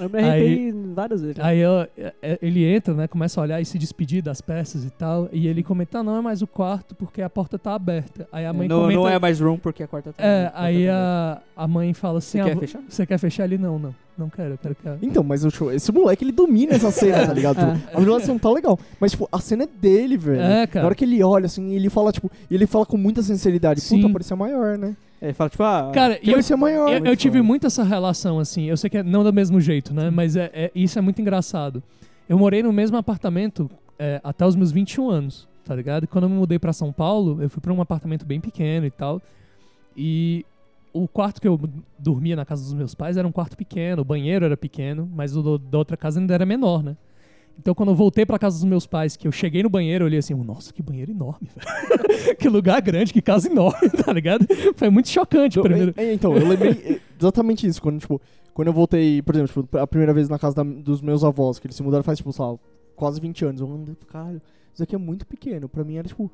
Eu me arrepiei várias vezes.
Aí ela- é- é- ele entra, né? Começa a olhar e se despedir das peças e tal. E ele comenta: "Ah, não é mais o quarto porque a porta tá aberta. Aí a mãe
não,
comenta.
não é mais room porque a quarta tá.
É,
quarta
aí
tá-
a, a mãe fala assim:
Você
"Ah,
quer
vo-
fechar?
Você quer fechar ele? Não, não. Não quero, eu quero que. a-"
Então, mas eu, tipo, esse moleque, ele domina essa cena,
[laughs]
tá ligado? Tipo, a relação tá legal. Mas, tipo, a cena é dele, velho.
É, cara.
Na hora que ele olha, assim, ele fala, tipo, ele fala com muita sinceridade.
Sim.
Puta, parecia maior, né?
Ele fala, tipo, ah.
Cara, e eu,
Parecia maior. né?
eu, eu tive muito essa relação, assim. Eu sei que é não do mesmo jeito, né? Mas é, é- isso é muito engraçado. Eu morei no mesmo apartamento é, até os meus 21 anos, tá ligado? E Quando eu me mudei pra São Paulo, eu fui pra um apartamento bem pequeno e tal. E o quarto que eu dormia na casa dos meus pais era um quarto pequeno, o banheiro era pequeno, mas o do- da outra casa ainda era menor, né? Então quando eu voltei pra casa dos meus pais, que eu cheguei no banheiro, eu olhei assim, nossa, que banheiro enorme, [laughs] velho. que lugar grande, que casa enorme, [laughs] tá ligado? Foi muito chocante o
Eu-
primeiro.
é- é, então, eu lembrei
[laughs]
exatamente isso. Quando, tipo, quando eu voltei, por exemplo, tipo, a primeira vez na casa da- dos meus avós, que eles se mudaram faz, tipo, sei lá, quase 20 anos. Eu andei, caralho, isso aqui é muito pequeno. Pra mim era, tipo,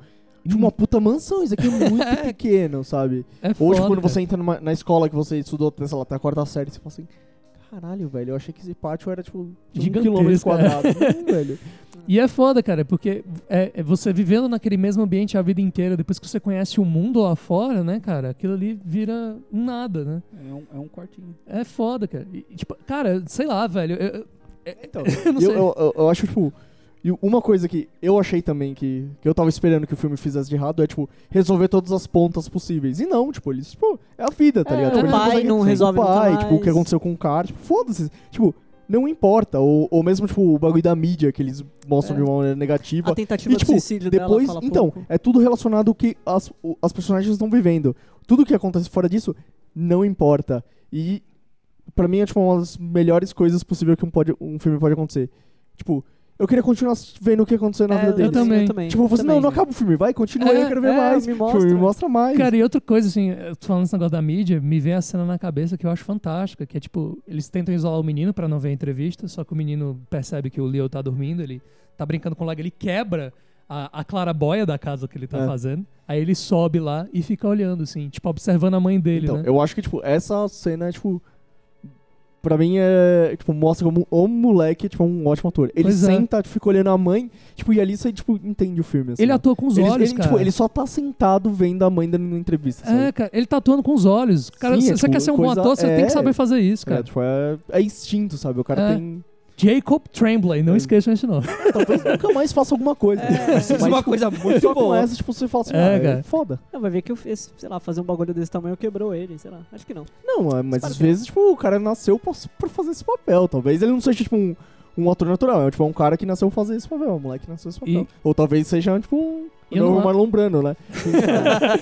de
Uhum.
uma puta mansão. Isso aqui é
[laughs]
muito pequeno, sabe?
É foda,
Hoje, quando
cara.
você entra numa- na escola que você estudou, sei lá, até a quarta série, você fala assim... Caralho, velho, eu achei que esse pátio era, tipo, de um
Gigantesco,
quilômetro quadrado.
é. [laughs]
Não, velho.
E é foda, cara, porque é, é você vivendo naquele mesmo ambiente a vida inteira, depois que você conhece o mundo lá fora, né, cara, aquilo ali vira um nada, né?
É um, é um quartinho.
É foda, cara. E, tipo, cara, sei lá, velho. eu- eu-
Então,
Eu não
eu,
sei.
eu- eu- eu acho, tipo. E uma coisa que eu achei também que, que eu tava esperando que o filme fizesse de errado é, tipo, resolver todas as pontas possíveis. E não, tipo, eles, tipo, é a vida, tá
É,
ligado?
o
Tipo, eles
pai
conseguem-
não
Sim,
resolve
o pai,
nunca
tipo, o que
mais.
aconteceu com o cara, tipo, foda-se. Tipo, não importa. Ou, ou mesmo, tipo, o bagulho da mídia que eles mostram
É.
de uma maneira negativa.
A tentativa
e, tipo,
de suicídio
Depois,
dela fala
então,
pouco.
é tudo relacionado ao que as, o- as personagens estão vivendo. Tudo que acontece fora disso não importa. E pra mim é tipo uma das melhores coisas possível que um, pode, um filme pode acontecer. Tipo, eu queria continuar assisti- vendo o que aconteceu na
É,
vida
eu
deles.
também.
Tipo, você não, não acaba o filme, vai, continua, aí,
É,
eu quero ver
é,
mais.
me
Tipo,
mostra.
me mostra mais.
Cara, e outra coisa, assim, eu tô falando esse negócio da mídia, me vem a cena na cabeça que eu acho fantástica, que é tipo, eles tentam isolar o menino pra não ver a entrevista, só que o menino percebe que o Leo tá dormindo, ele tá brincando com o lago, ele quebra a, a clarabóia da casa que ele tá
É.
fazendo, aí ele sobe lá e fica olhando, assim, tipo, observando a mãe dele,
então,
né?
eu acho que, tipo, essa cena, tipo. Pra mim é. Tipo, mostra como o moleque é tipo, um ótimo ator. Ele
Pois é.
senta, tipo, fica olhando a mãe, tipo, e ali você, tipo, entende o filme. Assim,
Ele atua com os
Ele-
olhos,
ele,
cara.
Tipo, ele só tá sentado vendo a mãe dando uma entrevista. sabe?
É, cara, ele tá atuando com os olhos. Cara,
Sim,
se
é,
você
tipo,
quer ser um bom
coisa-
ator, você tem
é.
que saber fazer isso,
É,
cara.
tipo, é, é instinto, sabe? O cara
É.
tem.
Jacob Tremblay, não
É.
esqueçam esse
[laughs]
nome.
Talvez nunca mais faça alguma coisa. Mas,
Isso é uma
tipo, [laughs]
coisa
só
muito
com
boa.
essa, tipo, você fala assim,
É,
ah,
cara.
é foda.
Não, vai ver que, eu fiz, sei lá, fazer um bagulho desse tamanho quebrou ele, sei lá. Acho que não.
Não, é, mas
Espero
às
que
vezes, tipo, o cara nasceu pra, pra fazer esse papel. Talvez ele não seja, tipo, um, um ator natural. É, tipo, um cara que nasceu pra fazer esse papel. Um moleque que nasceu esse papel.
E-
Ou talvez seja, tipo, um...
Eu
novo
não-
Marlon
[laughs]
Brando, né?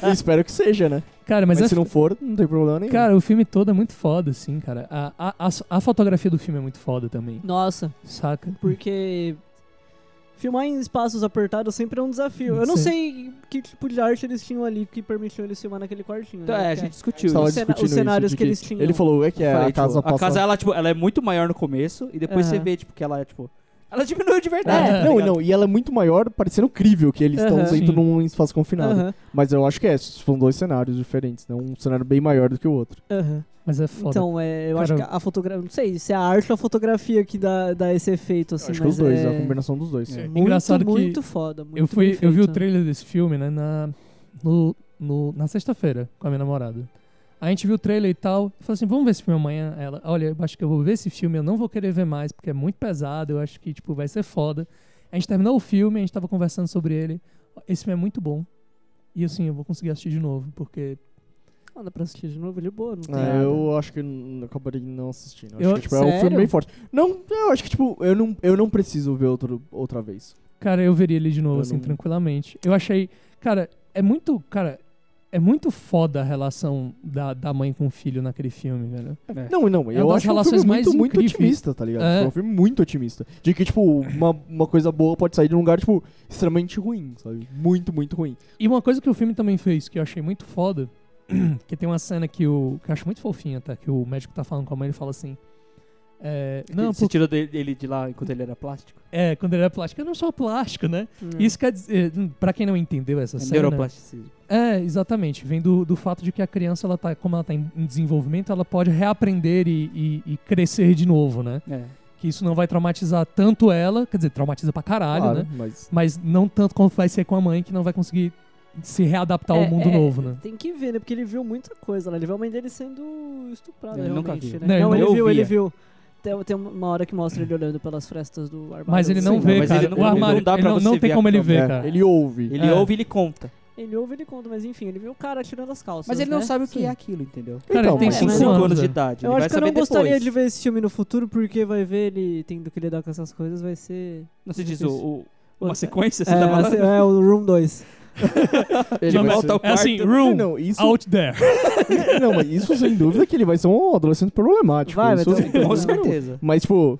Eu espero que seja, né?
Cara,
Mas,
mas, é
se não for, não tem problema nenhum.
Cara, o filme todo é muito foda, assim, cara. A, a, a, a fotografia do filme é muito foda também,
Nossa,
saca?
porque filmar em espaços apertados sempre é um desafio. Eu não sei que tipo de arte eles tinham ali que permitiu eles filmar naquele quartinho.
Então,
né?
é, a
Porque
gente
A
discutiu
gente tava
Os
isso.
cena-
discutindo
os cenários
isso, de
que eles tinham.
Ele falou, é que é,
Falei,
a casa
tipo, a
passa...
casa, ela, tipo, ela é muito maior no começo e depois você
Aham.
vê, tipo, que ela é, tipo. Ela diminuiu de verdade.
É,
tá
não,
ligado?
não, e ela é muito maior, parecendo crível que eles estão
Aham.
dentro
Sim.
de um espaço confinado.
Aham,
Mas eu acho que é, são dois cenários diferentes, né? Um cenário bem maior do que o outro.
aham.
Mas é foda.
Então, é, eu acho que
Cara,
a fotografia. Não sei se é a arte ou a fotografia que dá, dá esse efeito, assim.
acho que
mas
os dois,
é...
a combinação dos dois.
É.
Muito,
Engraçado que
muito foda. Muito
eu, fui,
bem
eu vi o
feito.
trailer desse filme, né, na, no, no- na sexta-feira, com a minha namorada. A gente viu o trailer e tal, e falou assim, vamos ver esse filme amanhã. Ela, olha, eu acho que eu vou ver esse filme, eu não vou querer ver mais, porque é muito pesado, eu acho que, tipo, vai ser foda. A gente terminou o filme, a gente tava conversando sobre ele. Esse filme é muito bom. E, assim, eu vou conseguir assistir de novo, porque...
Ah, dá pra assistir de novo, ele é boa, não
Ah,
tem
É,
nada.
eu acho que n- acabaria não assistindo. Acho
Eu-
que, tipo, é um filme
Sério?
bem forte. Não, eu acho que, tipo, eu não, eu não preciso ver outro, outra vez.
Cara, eu veria ele de novo,
Eu
assim,
não-
tranquilamente. Eu achei. Cara, é muito. Cara, é muito foda a relação da, da mãe com o filho naquele filme, velho.
Não, não, eu
uma das
acho que é um
relações
filme
mais
muito, muito
incríveis.
otimista, tá ligado?
É.
É. um filme muito otimista. De que, tipo, uma, uma coisa boa pode sair de um lugar, tipo, extremamente ruim, sabe? Muito, muito ruim.
E uma coisa que o filme também fez, que eu achei muito foda, [clears throat] que tem uma cena que o. que eu acho muito fofinha, tá? Que o médico tá falando com a mãe e fala assim. É, não,
Você
porque,
tirou dele, dele de lá enquanto ele era plástico?
é, quando ele era plástico, eu não sou plástico, né?
Hum.
Isso quer dizer, pra quem não entendeu essa
É
né?
cena,
neuroplasticismo.
É, exatamente. Vem do, do fato de que a criança, ela tá, como ela tá em, em desenvolvimento, ela pode reaprender e, e- e crescer de novo, né?
É.
Que isso não vai traumatizar tanto ela, quer dizer, traumatiza pra caralho,
Claro,
né?
mas...
Mas não tanto quanto vai ser com a mãe, que não vai conseguir se readaptar
É,
ao mundo
é,
novo, né?
Tem que ver, né? Porque ele viu muita coisa lá. Ele viu a mãe dele sendo estuprada,
Ele nunca
realmente,
viu.
né?
Não, ele
Não,
não-
ele
eu
viu,
via.
ele viu. Tem, tem uma hora que mostra ele olhando pelas frestas do armário.
Mas ele não
Sim,
vê,
mas
cara.
ele não-
o armário,
não dá
ele
pra
não,
você
não tem
ver
como
a
ele
câmera.
ver,
é,
cara.
ele ouve.
Ele
É.
ouve e ele conta.
Ele ouve, ele conta, mas enfim, ele viu o cara tirando as calças.
Mas ele não
né?
sabe o que
Sim.
é aquilo, entendeu?
Cara,
Então,
ele tem
mas-
cinco
mas-
anos.
anos de
né?
idade.
Eu
ele
acho
vai
que eu não
saber
gostaria
depois.
de ver esse filme no futuro, porque vai ver ele tendo que lidar com essas coisas, vai ser.
Não se diz o, o- uma
Outra-
sequência? Você
É,
tá falando?
a se- é, o Room 2.
Ele vai
volta
ser-
ao
É assim,
quarto.
room,
Não, isso,
out there.
[laughs] não, mas isso sem dúvida que ele vai ser um adolescente problemático.
Vai, vai
isso,
ter
sem
um-
dúvida
Com
Não.
nenhuma.
certeza.
Mas, tipo,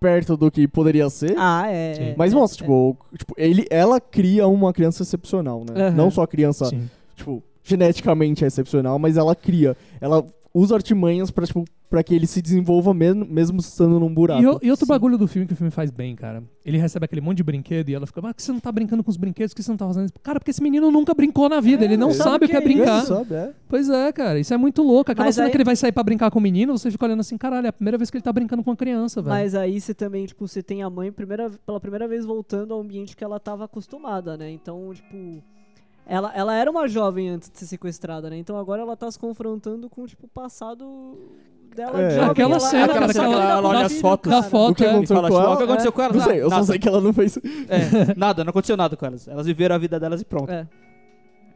perto do que poderia ser.
Ah, é.
Sim.
é.
mas mostra, tipo, tipo, ele, ela cria uma criança excepcional, né?
Aham.
Não só a criança,
Sim.
tipo, geneticamente é excepcional, mas ela cria. Ela usa artimanhas pra, tipo, pra que ele se desenvolva mesmo, mesmo estando num
Tá.
buraco.
E, o- e outro
Sim.
bagulho do filme que o filme faz bem, cara. Ele recebe aquele monte de brinquedo e ela fica, mas por que você não tá brincando com os brinquedos? Por que você não tá fazendo isso? Cara, porque esse menino nunca brincou na vida,
É,
ele não
ele
sabe o que é
isso.
brincar.
Ele sabe, é.
Pois é, cara, isso é muito louco. Aquela
Mas
cena
aí-
que ele vai sair pra brincar com o menino, você fica olhando assim, caralho, é a primeira vez que ele tá brincando com a criança, velho.
É. Mas aí você também, tipo, você tem a mãe primeira, pela primeira vez voltando ao ambiente que ela tava acostumada, né? Então, tipo. Ela, ela era uma jovem antes de ser sequestrada, né? Então agora ela tá se confrontando com, tipo, o passado dela
É.
de jovem.
Aquela
ela,
cena,
ela,
cara,
tá
que ela-
saindo
ela
da
olha
as
filha,
fotos.
Da
cara. né?
foto,
O que
é.
E
aconteceu
fala,
com
tipo,
ela?
o que aconteceu com ela?
Não
tá,
sei, eu
nada.
só sei que ela não fez.
É, nada, não aconteceu nada com elas. Elas viveram a vida delas e pronto.
É.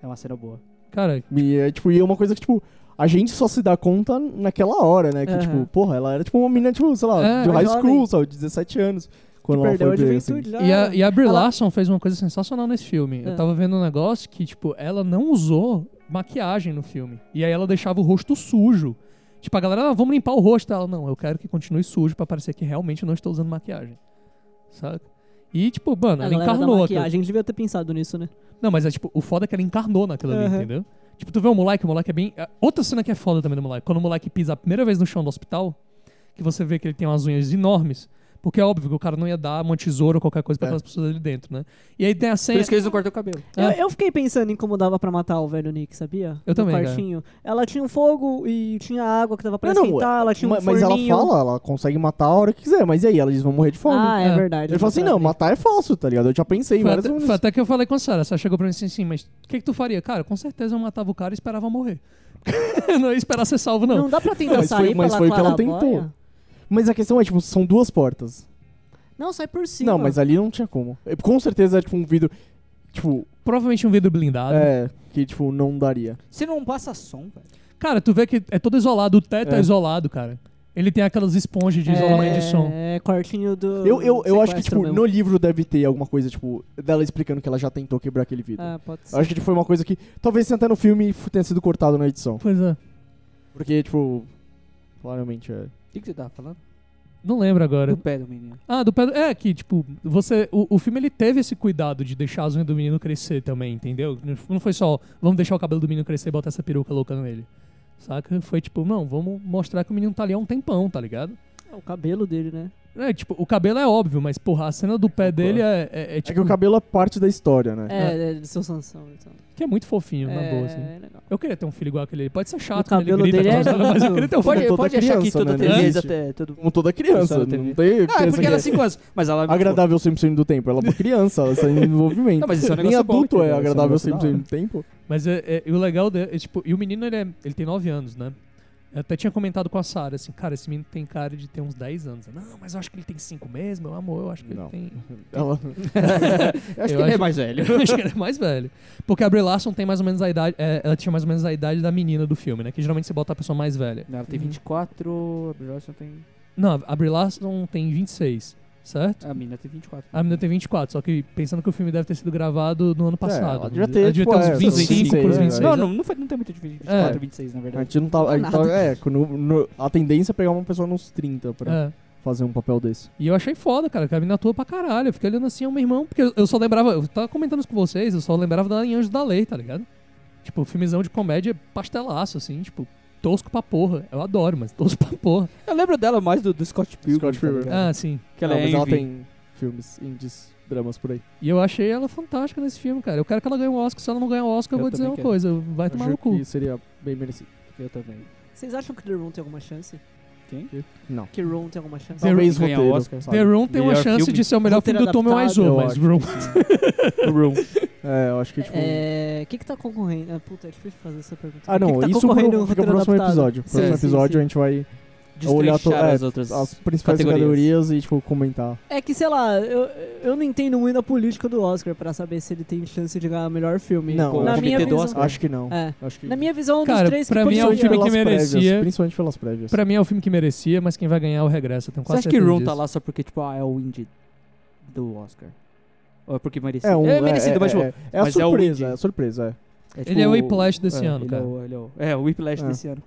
É uma cena boa.
Cara,
E é, tipo, e é uma coisa que, tipo, a gente só se dá conta naquela hora, né? Que,
Aham.
tipo, porra, ela era tipo uma menina, tipo, sei lá,
É,
de high
jovem.
school, sabe, 17 anos. Quando ela
Perdeu
foi
a
ver, assim.
juventude lá.
E a, e a Brie
Ela-
Larson fez uma coisa sensacional nesse filme.
É.
Eu tava vendo um negócio que, tipo, ela não usou maquiagem no filme. E aí ela deixava o rosto sujo. Tipo, a galera, ah, vamos limpar o rosto. Ela, não, eu quero que continue sujo pra parecer que realmente eu não estou usando maquiagem. Saca? E, tipo, mano,
A
ela
galera da
encarnou aquilo.
maquiagem devia ter pensado nisso, né?
Não, mas é tipo, o foda é que ela encarnou naquilo ali,
Aham.
entendeu? Tipo, tu vê o moleque, o moleque é bem. é, Outra cena que é foda também do moleque. Quando o moleque pisa a primeira vez no chão do hospital, que você vê que ele tem umas unhas enormes. Porque é óbvio que o cara não ia dar uma tesoura ou qualquer coisa pra
É.
aquelas pessoas ali dentro, né? E aí tem a
Por
cena.
isso que eles não cortam o cabelo.
Ah.
Eu, eu fiquei pensando em como dava pra matar o velho Nick, sabia?
Eu
No
também, cara.
quartinho. Ela tinha um fogo e tinha água que dava pra
Não, não,
esquentar, ela tinha um
assim. Ma- mas ela
forninho.
fala, ela consegue matar a hora que quiser, mas e aí? Ela diz, vão morrer de fome.
Ah, é,
É.
verdade.
Ele fala assim, não, matar é falso, tá ligado? Eu já pensei em
Foi
várias
até,
vezes.
foi até que eu falei com a Sarah. Ela chegou pra mim assim, sim, mas o que, que tu faria? Cara, com certeza eu matava o cara e esperava morrer. [laughs] eu não ia esperar ser salvo, não.
Não dá pra tentar
Mas foi-
sair
mas
pela
foi o que ela tentou.
claraboia?
Mas a questão é, tipo, são duas portas.
Não, sai por cima.
não, mas ali não tinha como. Eu- Com certeza é, tipo, um vidro, tipo,
Provavelmente um vidro blindado.
é, que, tipo, não daria.
Você não passa som, velho.
Cara, tu vê que é todo isolado, o teto é,
É.
isolado, cara. Ele tem aquelas esponjas de isolamento de som.
É, quartinho do.
Eu, eu, eu acho que,
sequestro
tipo,
mesmo.
no livro deve ter alguma coisa, tipo, dela explicando que ela já tentou quebrar aquele vidro.
Ah, pode ser.
Eu acho que tipo, foi uma coisa que talvez até no filme f- tenha sido cortado na edição.
Pois é.
Porque, tipo, claramente é.
O que, que você tava falando?
Não lembro agora.
Do pé do menino.
Ah, do Pedro. É, que, tipo, você. O, o filme ele teve esse cuidado de deixar as unhas do menino crescer também, entendeu? Não foi só, vamos deixar o cabelo do menino crescer e botar essa peruca louca nele. Saca? Foi tipo, não, vamos mostrar que o menino tá ali há um tempão, tá ligado?
É o cabelo dele, né?
É, tipo, o cabelo é óbvio, mas, porra, a cena do pé dele é, é, é,
É
tipo.
que o cabelo é parte da história, né?
É, é, de seu Sansão, então.
que é muito fofinho, na
é,
boa, assim.
é legal.
Eu queria ter um filho igual aquele. Ele pode ser
O
chato, né?
cabelo
Ele grita,
dele é-
mas-
[laughs]
mas eu queria ter um filho.
Pode,
toda
pode achar que
criança,
toda
né?
TV.
Existe.
até- todo-
Como toda criança.
Só na
Não
TV. Não,
tem.
é
criança
porque
que
ela é
é
5 anos. Mas ela é muito
Agradável 100% do tempo. Ela é uma
[laughs]
criança, ela está em desenvolvimento.
Não, mas isso é um
Nem
negócio bom,
adulto é
entendeu? Isso é um
agradável
negócio da
100% do tempo.
Mas é, é- e o legal dele, é, tipo, e o menino ele, é- ele tem 9 anos, né? Eu até tinha comentado com a Sarah, assim, cara, esse menino tem cara de ter uns 10 anos. Não, mas eu acho que ele tem 5 mesmo, meu amor, eu acho que
Não.
ele tem. [laughs]
[laughs]
Ela...
fofa. Acho
Eu
que ele é
acho-
mais velho.
[laughs] Eu acho que ele é mais velho. Porque a Brie Larson tem mais ou menos a idade. é, ela tinha mais ou menos a idade da menina do filme, né? Que geralmente você bota a pessoa mais velha.
Ela tem 24, a Brie Larson tem...
Não, a Brie Larson tem 26, certo?
A menina tem 24.
A menina tem 24, só que pensando que o filme deve ter sido gravado no ano passado.
ela devia ter, tipo, é,
uns 25 pros
25, né,
26.
velho?
é. Não,
né?
não, não, foi, não tem muito de 24, 26, na
A
verdade.
gente não tá. A, gente tá-
Nada.
é, quando- no- a tendência é pegar uma pessoa nos 30 pra
É.
fazer um papel desse.
E eu achei foda, cara, que a mina atua pra caralho. Eu fiquei olhando assim, é o meu irmão, porque eu- eu só lembrava, eu tava comentando isso com vocês, eu só lembrava da Em Anjos da Lei, tá ligado? Tipo, filmezão de comédia pastelaço, assim, tipo, tosco pra porra. Eu adoro, mas tosco pra porra.
Eu lembro dela mais do, do Scott Pilgrim.
Scott
tá
Pilgrim.
ligado?
Ah, sim.
Que ela
Não,
é
mas ela
Envy.
tem filmes indies, dramas por aí.
E eu achei ela fantástica nesse filme, cara. Eu quero que ela ganhe um Oscar, se ela não ganhar um Oscar, eu,
Eu
vou dizer
também
uma
quero.
coisa, vai tomar no
Acho
cu.
que seria bem merecido.
Eu também.
Vocês acham que The Room tem alguma chance?
Quem?
Não.
Que Room tem alguma chance?
The
Talvez
Ganhar
roteiro.
Oscar, sabe?
The Room tem uma
Melhor
chance
filme.
de ser o melhor filme do
Roteiro
Tom Wiseau,
adaptado,
mas
eu
Room.
[laughs]
Room.
É, eu acho que tipo.
É. O que que tá concorrendo? Ah, puta, é difícil fazer essa pergunta.
Ah,
O que
não,
que tá
isso
concorrendo
pro,
no
fica pro
roteiro
próximo
adaptado?
episódio.
Sim,
próximo
sim,
episódio
sim.
a gente vai olhar to-
Destrechar
é,
as outras...
as principais
categorias.
categorias, e, tipo, comentar.
É que, sei lá, eu, eu não entendo muito a política do Oscar pra saber se ele tem chance de ganhar melhor filme. Tipo,
Não,
na
Tipo, o
minha
comitê do
visão,
Oscar.
Acho que não.
É.
Acho que
Na minha visão, um dos
Cara,
três
pra
que
mim é um
poderiam
filme que
ganhar.
pelas prévias,
merecia.
principalmente pelas prévias.
Pra mim é o filme que merecia, mas quem vai ganhar é o regresso, eu tenho
Você
quase
acha que Room
certeza
tá
disso.
lá só porque, tipo, ah, é o indie do Oscar? Ou é porque merecia?
É, um,
é merecido, mas, tipo,
é, é a
mas é o
surpresa,
indie.
é a surpresa, é.
tipo,
Ele é o Whiplash desse
é,
ano,
ele
cara.
É, o, ele é, o, é, o Whiplash
É.
desse ano.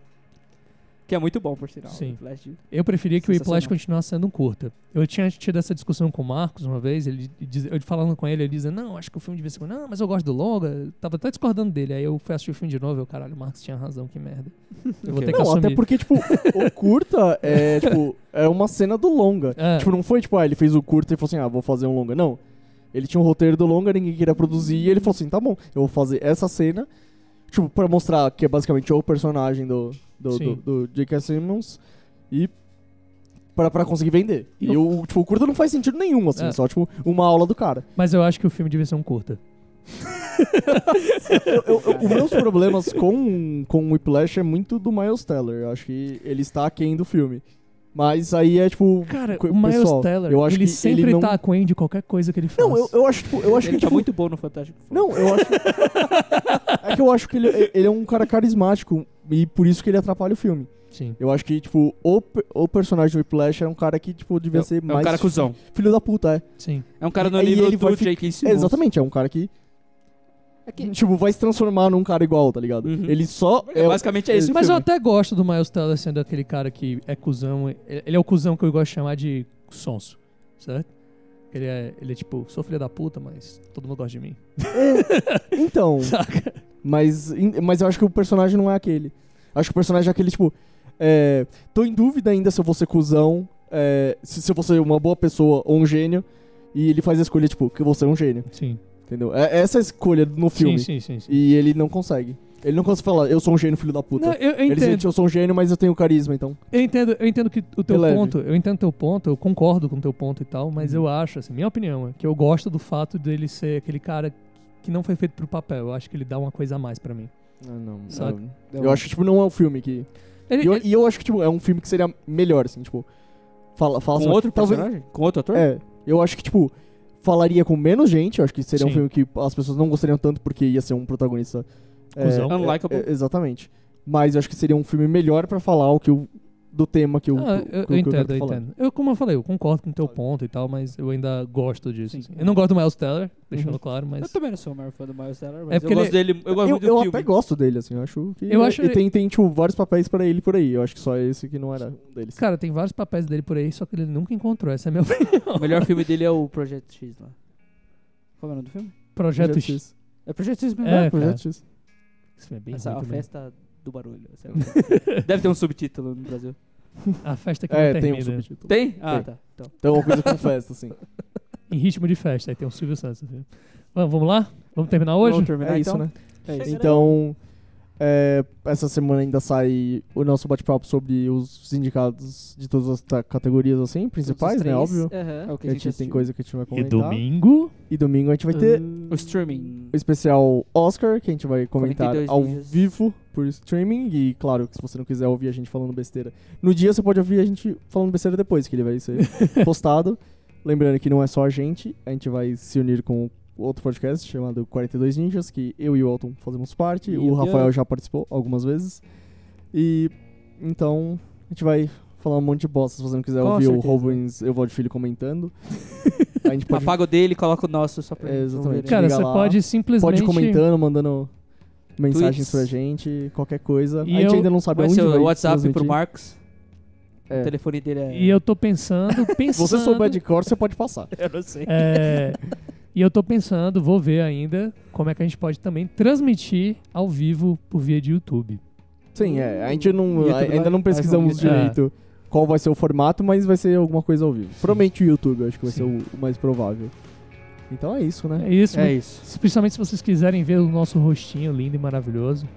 Que é muito bom, por sinal.
Sim.
Whiplash.
Eu preferia que o Whiplash
Sensacional.
continuasse sendo um curta. Eu tinha tido essa discussão com o Marcos uma vez, ele diz- eu falando com ele, ele dizia, não, acho que o filme devia ser... Não, mas eu gosto do longa. Eu Tava até discordando dele. Aí eu fui assistir o filme de novo e eu, caralho, o Marcos tinha razão, que merda. Eu vou
Ok.
ter que
Não,
assumir.
até porque, tipo, o curta é, tipo, é uma cena do longa.
É.
[laughs] Tipo, não foi, tipo, ah, ele fez o curta e falou assim, ah, vou fazer um longa. Não. Ele tinha um roteiro do longa, ninguém queria produzir, e ele falou assim, tá bom, eu vou fazer essa cena, tipo, pra mostrar que é basicamente o personagem do, do,
Sim.
do, do J.K. Simmons, e pra, pra conseguir vender. E o, tipo, o curta não faz sentido nenhum, assim,
É.
só, tipo, uma aula do cara.
Mas eu acho que o filme devia ser um curta.
Eu, eu, eu- os meus problemas com, com o Whiplash é muito do Miles Teller, eu acho que ele está aquém do filme. Mas aí é, tipo...
Cara,
co-
o Miles
pessoal,
Teller,
eu acho
ele
que
sempre
ele não...
tá aquém de qualquer coisa que ele faz.
Não, eu, eu acho, tipo, eu acho
ele
que,
tá [laughs]
tipo,
muito bom no Fantástico Four.
Não, eu acho. é que eu acho que ele, ele é um cara carismático e por isso que ele atrapalha o filme.
Sim.
Eu acho que, tipo, o, per- o personagem do Whiplash era um cara que, tipo, devia ser
É
mais
um cara cuzão.
filho da puta, é.
Sim.
É um cara no
E- e
nível
ele vai
do
fi-
J.K. Simmons.
Exatamente, é um cara que, tipo, vai se transformar num cara igual, tá ligado?
Uhum.
Ele só
É,
é,
basicamente é isso.
Mas eu até gosto do Miles Teller sendo aquele cara que é cuzão. Ele é o cuzão que eu gosto de chamar de sonso, certo? Ele é, ele é tipo, sou filha da puta, mas todo mundo gosta de mim.
Então,
[laughs] Saca?
mas, in- mas eu acho que o personagem não é aquele. Acho que o personagem é aquele, tipo, é, tô em dúvida ainda se eu vou ser cuzão, é, se, se eu vou ser uma boa pessoa ou um gênio. E ele faz a escolha, tipo, que eu vou ser um gênio,
Sim.
entendeu? É, essa é a escolha no filme.
Sim, sim, sim. sim.
E ele não consegue. Ele não consegue falar, eu sou um gênio, filho da puta.
Não, eu, eu
ele
entendo.
sente, eu sou um gênio, mas eu tenho carisma, então.
Eu entendo, eu entendo que o teu
Releve.
ponto, eu entendo teu ponto, eu concordo com teu ponto e tal, mas
Uhum.
eu acho, assim, minha opinião é que eu gosto do fato dele ser aquele cara que não foi feito pro papel. Eu acho que ele dá uma coisa a mais pra mim.
Ah, não.
Saca.
Eu, eu acho que, tipo, não é um filme que...
Ele,
E eu,
ele-
e eu acho que, tipo, é um filme que seria melhor, assim, tipo... Fala, fala
Com
assim,
outro
talvez-
personagem? Com outro ator?
É, eu acho que, tipo, falaria com menos gente. Eu acho que seria
Sim.
um filme que as pessoas não gostariam tanto porque ia ser um protagonista. é,
Cusão.
é,
Unlikable.
é, exatamente. Mas eu acho que seria um filme melhor pra falar o que eu, do tema que eu,
Ah,
que
eu,
eu-
eu
que eu quero
entendo,
tá
eu
falando.
entendo. Eu, como eu falei, eu concordo com teu ponto e tal, mas eu ainda gosto disso.
Sim.
assim. Eu não gosto do Miles Teller, deixando
Uhum.
claro, mas.
Eu também não sou o maior fã do Miles Teller, mas
É
eu
porque
gosto dele, eu gosto
Eu,
muito
eu
do
até
filme.
gosto dele, assim. Eu acho que.
Eu acho
e
ele-
tem, tem, tipo, vários papéis pra ele por aí. Eu acho que só esse que não era um deles.
Cara, tem vários papéis dele por aí, só que ele nunca encontrou. Essa é a [laughs] minha opinião.
O melhor filme dele é o Projeto X lá. Qual é o nome do filme?
Projeto X.
É Projeto X mesmo.
É,
né?
cara.
Projeto X.
Esse filme é bem
Essa,
ruim
a
também.
festa do barulho. sei lá. Deve ter um subtítulo no Brasil.
[laughs] A festa que
É,
não
tem
termina.
um subtítulo.
Tem? Ah,
Tem.
tá. Então.
Então é uma coisa com festa, assim.
Em ritmo de festa, aí tem o Silvio Santos. assim. Vamos, vamos lá? Vamos terminar hoje?
Vamos terminar
é isso,
então?
né?
É isso.
Então, é, essa semana ainda sai o nosso bate-papo sobre os sindicatos de todas as ta- categorias, assim, principais, né? Óbvio.
É o que
A gente tem
assistiu. Ah.
coisa que a gente vai
E
comentar.
domingo? Ah,
E domingo a gente vai ter
O streaming.
o especial Oscar, que a gente vai comentar
42
ao
dias.
vivo por streaming. E claro, que se você não quiser ouvir a gente falando besteira no dia, você pode ouvir a gente falando besteira depois, que ele vai
[laughs]
ser postado. Lembrando que não é só a gente, a gente vai se unir com outro podcast chamado 42 Ninjas, que eu e o Alton fazemos parte.
E
o
o
Rafael
Bian.
já participou algumas vezes. E então a gente vai falar um monte de bosta. Se você não quiser
Com
ouvir
certeza.
o Rubens Evaldo
[laughs]
Filho comentando, a gente pode.
Apaga o dele e coloca o nosso só pra
É,
eles não
exatamente.
verem.
Cara,
Liga
você
lá.
pode simplesmente.
Pode ir comentando, mandando mensagens
Tweets.
pra gente, qualquer coisa.
E
a gente
eu-
ainda não sabe
Vai
onde
ser
vai
o WhatsApp pro
transmitir.
Marcos.
É.
O telefone dele é...
E eu tô pensando,
Se
pensando.
você souber de cor, você
[laughs]
pode passar.
Eu não sei.
É, e eu tô pensando, vou ver ainda, como é que a gente pode também transmitir ao vivo por via de YouTube.
Sim, é. A gente não,
YouTube
a- ainda não
vai-
pesquisamos
vai-
direito qual vai ser o formato, mas vai ser alguma coisa ao vivo. Provavelmente o YouTube, eu acho que vai
Sim.
ser o, o mais provável. Então é isso, né?
É isso,
É isso.
mas- principalmente se vocês quiserem ver o nosso rostinho lindo e maravilhoso.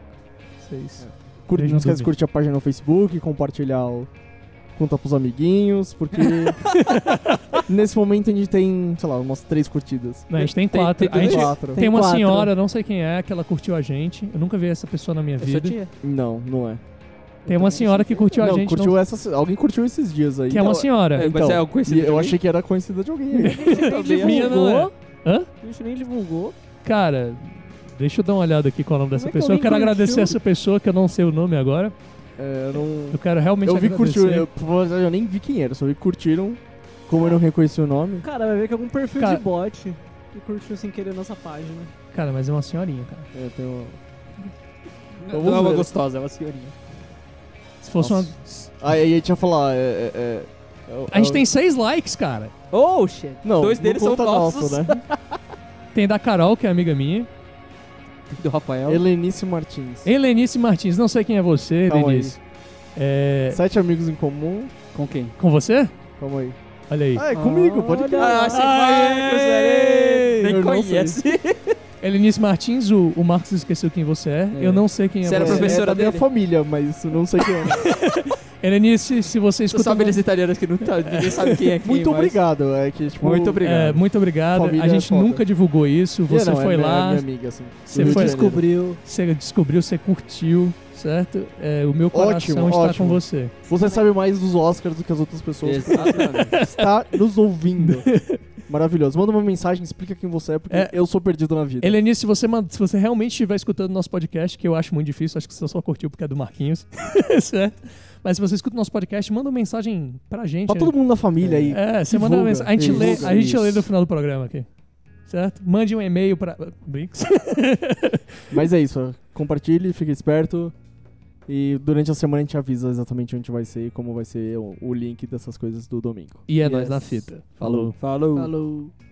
Vocês.
É,
Curte,
Beijo
não
no
esquece de
YouTube.
curtir a página no Facebook, compartilhar o. Contar pros
[laughs]
amiguinhos, porque. nesse momento a gente tem, sei lá, umas três curtidas.
Não, a gente tem
Tem-
quatro.
tem
a gente
Quatro.
tem uma
quatro.
senhora, não sei quem é, que ela curtiu a gente. Eu nunca vi essa pessoa na minha
É sua
vida.
tia.
Não, não é.
Tem uma senhora que curtiu a
não,
gente.
curtiu
não-
essas. Alguém curtiu esses dias aí.
Que é uma né,
Então,
senhora.
É, mas
Então,
é algo
E
conhecido.
eu achei que era coincidência de alguém. aí.
Minha
um-
não é.
A gente nem divulgou.
Cara, deixa eu dar uma olhada aqui qual é o nome dessa
é que
pessoa. Eu
alguém
quero agradecer
curtiu?
essa pessoa, que eu não sei o nome agora.
É, eu não.
Eu quero realmente
Eu vi
agradecer.
curtiram. Eu, eu nem vi quem era, só vi que curtiram. Como eu não reconheci o nome.
Cara, vai ver que é algum perfil
Cara-
de bot que curtiu sem querer nossa página.
Cara, mas é uma senhorinha, cara.
É, tem uma-
Não
Vamos
é uma
ver.
gostosa, é uma senhorinha.
Se fosse
Nossa.
uma.
Aí aí a gente ia falar. É, é, é, é-
A gente tem seis likes, cara.
Oh, shit.
Não,
Dois
não
deles são
conta nosso,
nossos.
né?
[laughs]
Tem da Carol, que é amiga minha.
né?
Do Rafael.
Helenice Martins.
Helenice Martins, não sei quem é você,
Calma aí.
Helenice. É,
Sete amigos em comum.
Com quem?
Com você?
Calma aí.
Olha aí.
Ah, é comigo, pode crer.
Ah, você vai, Cruzarei. Nem
é. Eu não sei.
conhece.
Helenice Martins, o, o Marcos esqueceu quem você é.
É.
Eu não sei quem é
Você era
você.
É,
professora
é da minha
dele?
família, mas não sei
[laughs]
quem é.
Helenice, se você
Só
escuta.
sabe eles italianos que não tá, ninguém sabe quem é quem.
Muito
mas-
obrigado. É que, tipo,
Muito obrigado.
É, muito obrigado.
Família
a gente
é foda.
nunca divulgou isso.
É,
Você
não, é
foi
minha-
lá,
é minha amiga, assim.
Você
Do Rio
foi-
de Janeiro.
Descobriu.
você descobriu, você curtiu. certo? É, o meu
Ótimo,
coração está
ótimo.
com você.
Você sabe mais dos Oscars do que as outras pessoas.
Exatamente.
Está
[laughs]
nos ouvindo. Maravilhoso. Manda uma mensagem, explica quem você é, porque
É.
eu sou perdido na vida.
Helenice, se você, man- se você realmente estiver escutando nosso podcast, que eu acho muito difícil, acho que você só curtiu porque é do Marquinhos, [laughs] certo? Mas se você escuta o nosso podcast, manda uma mensagem pra gente.
Pra Tá todo mundo na família aí.
É, você
Divulga.
manda uma mensagem. A gente, lê,
Divulga.
a gente lê
Isso.
no final do programa aqui. Certo? Mande um e-mail pra. [laughs] Brinks.
Mas é isso. ó. Compartilhe, fique esperto. E durante a semana a gente avisa exatamente onde vai ser e como vai ser o, o link dessas coisas do domingo.
E é
Yes.
nóis na fita. Falou.
Falou.
Falou.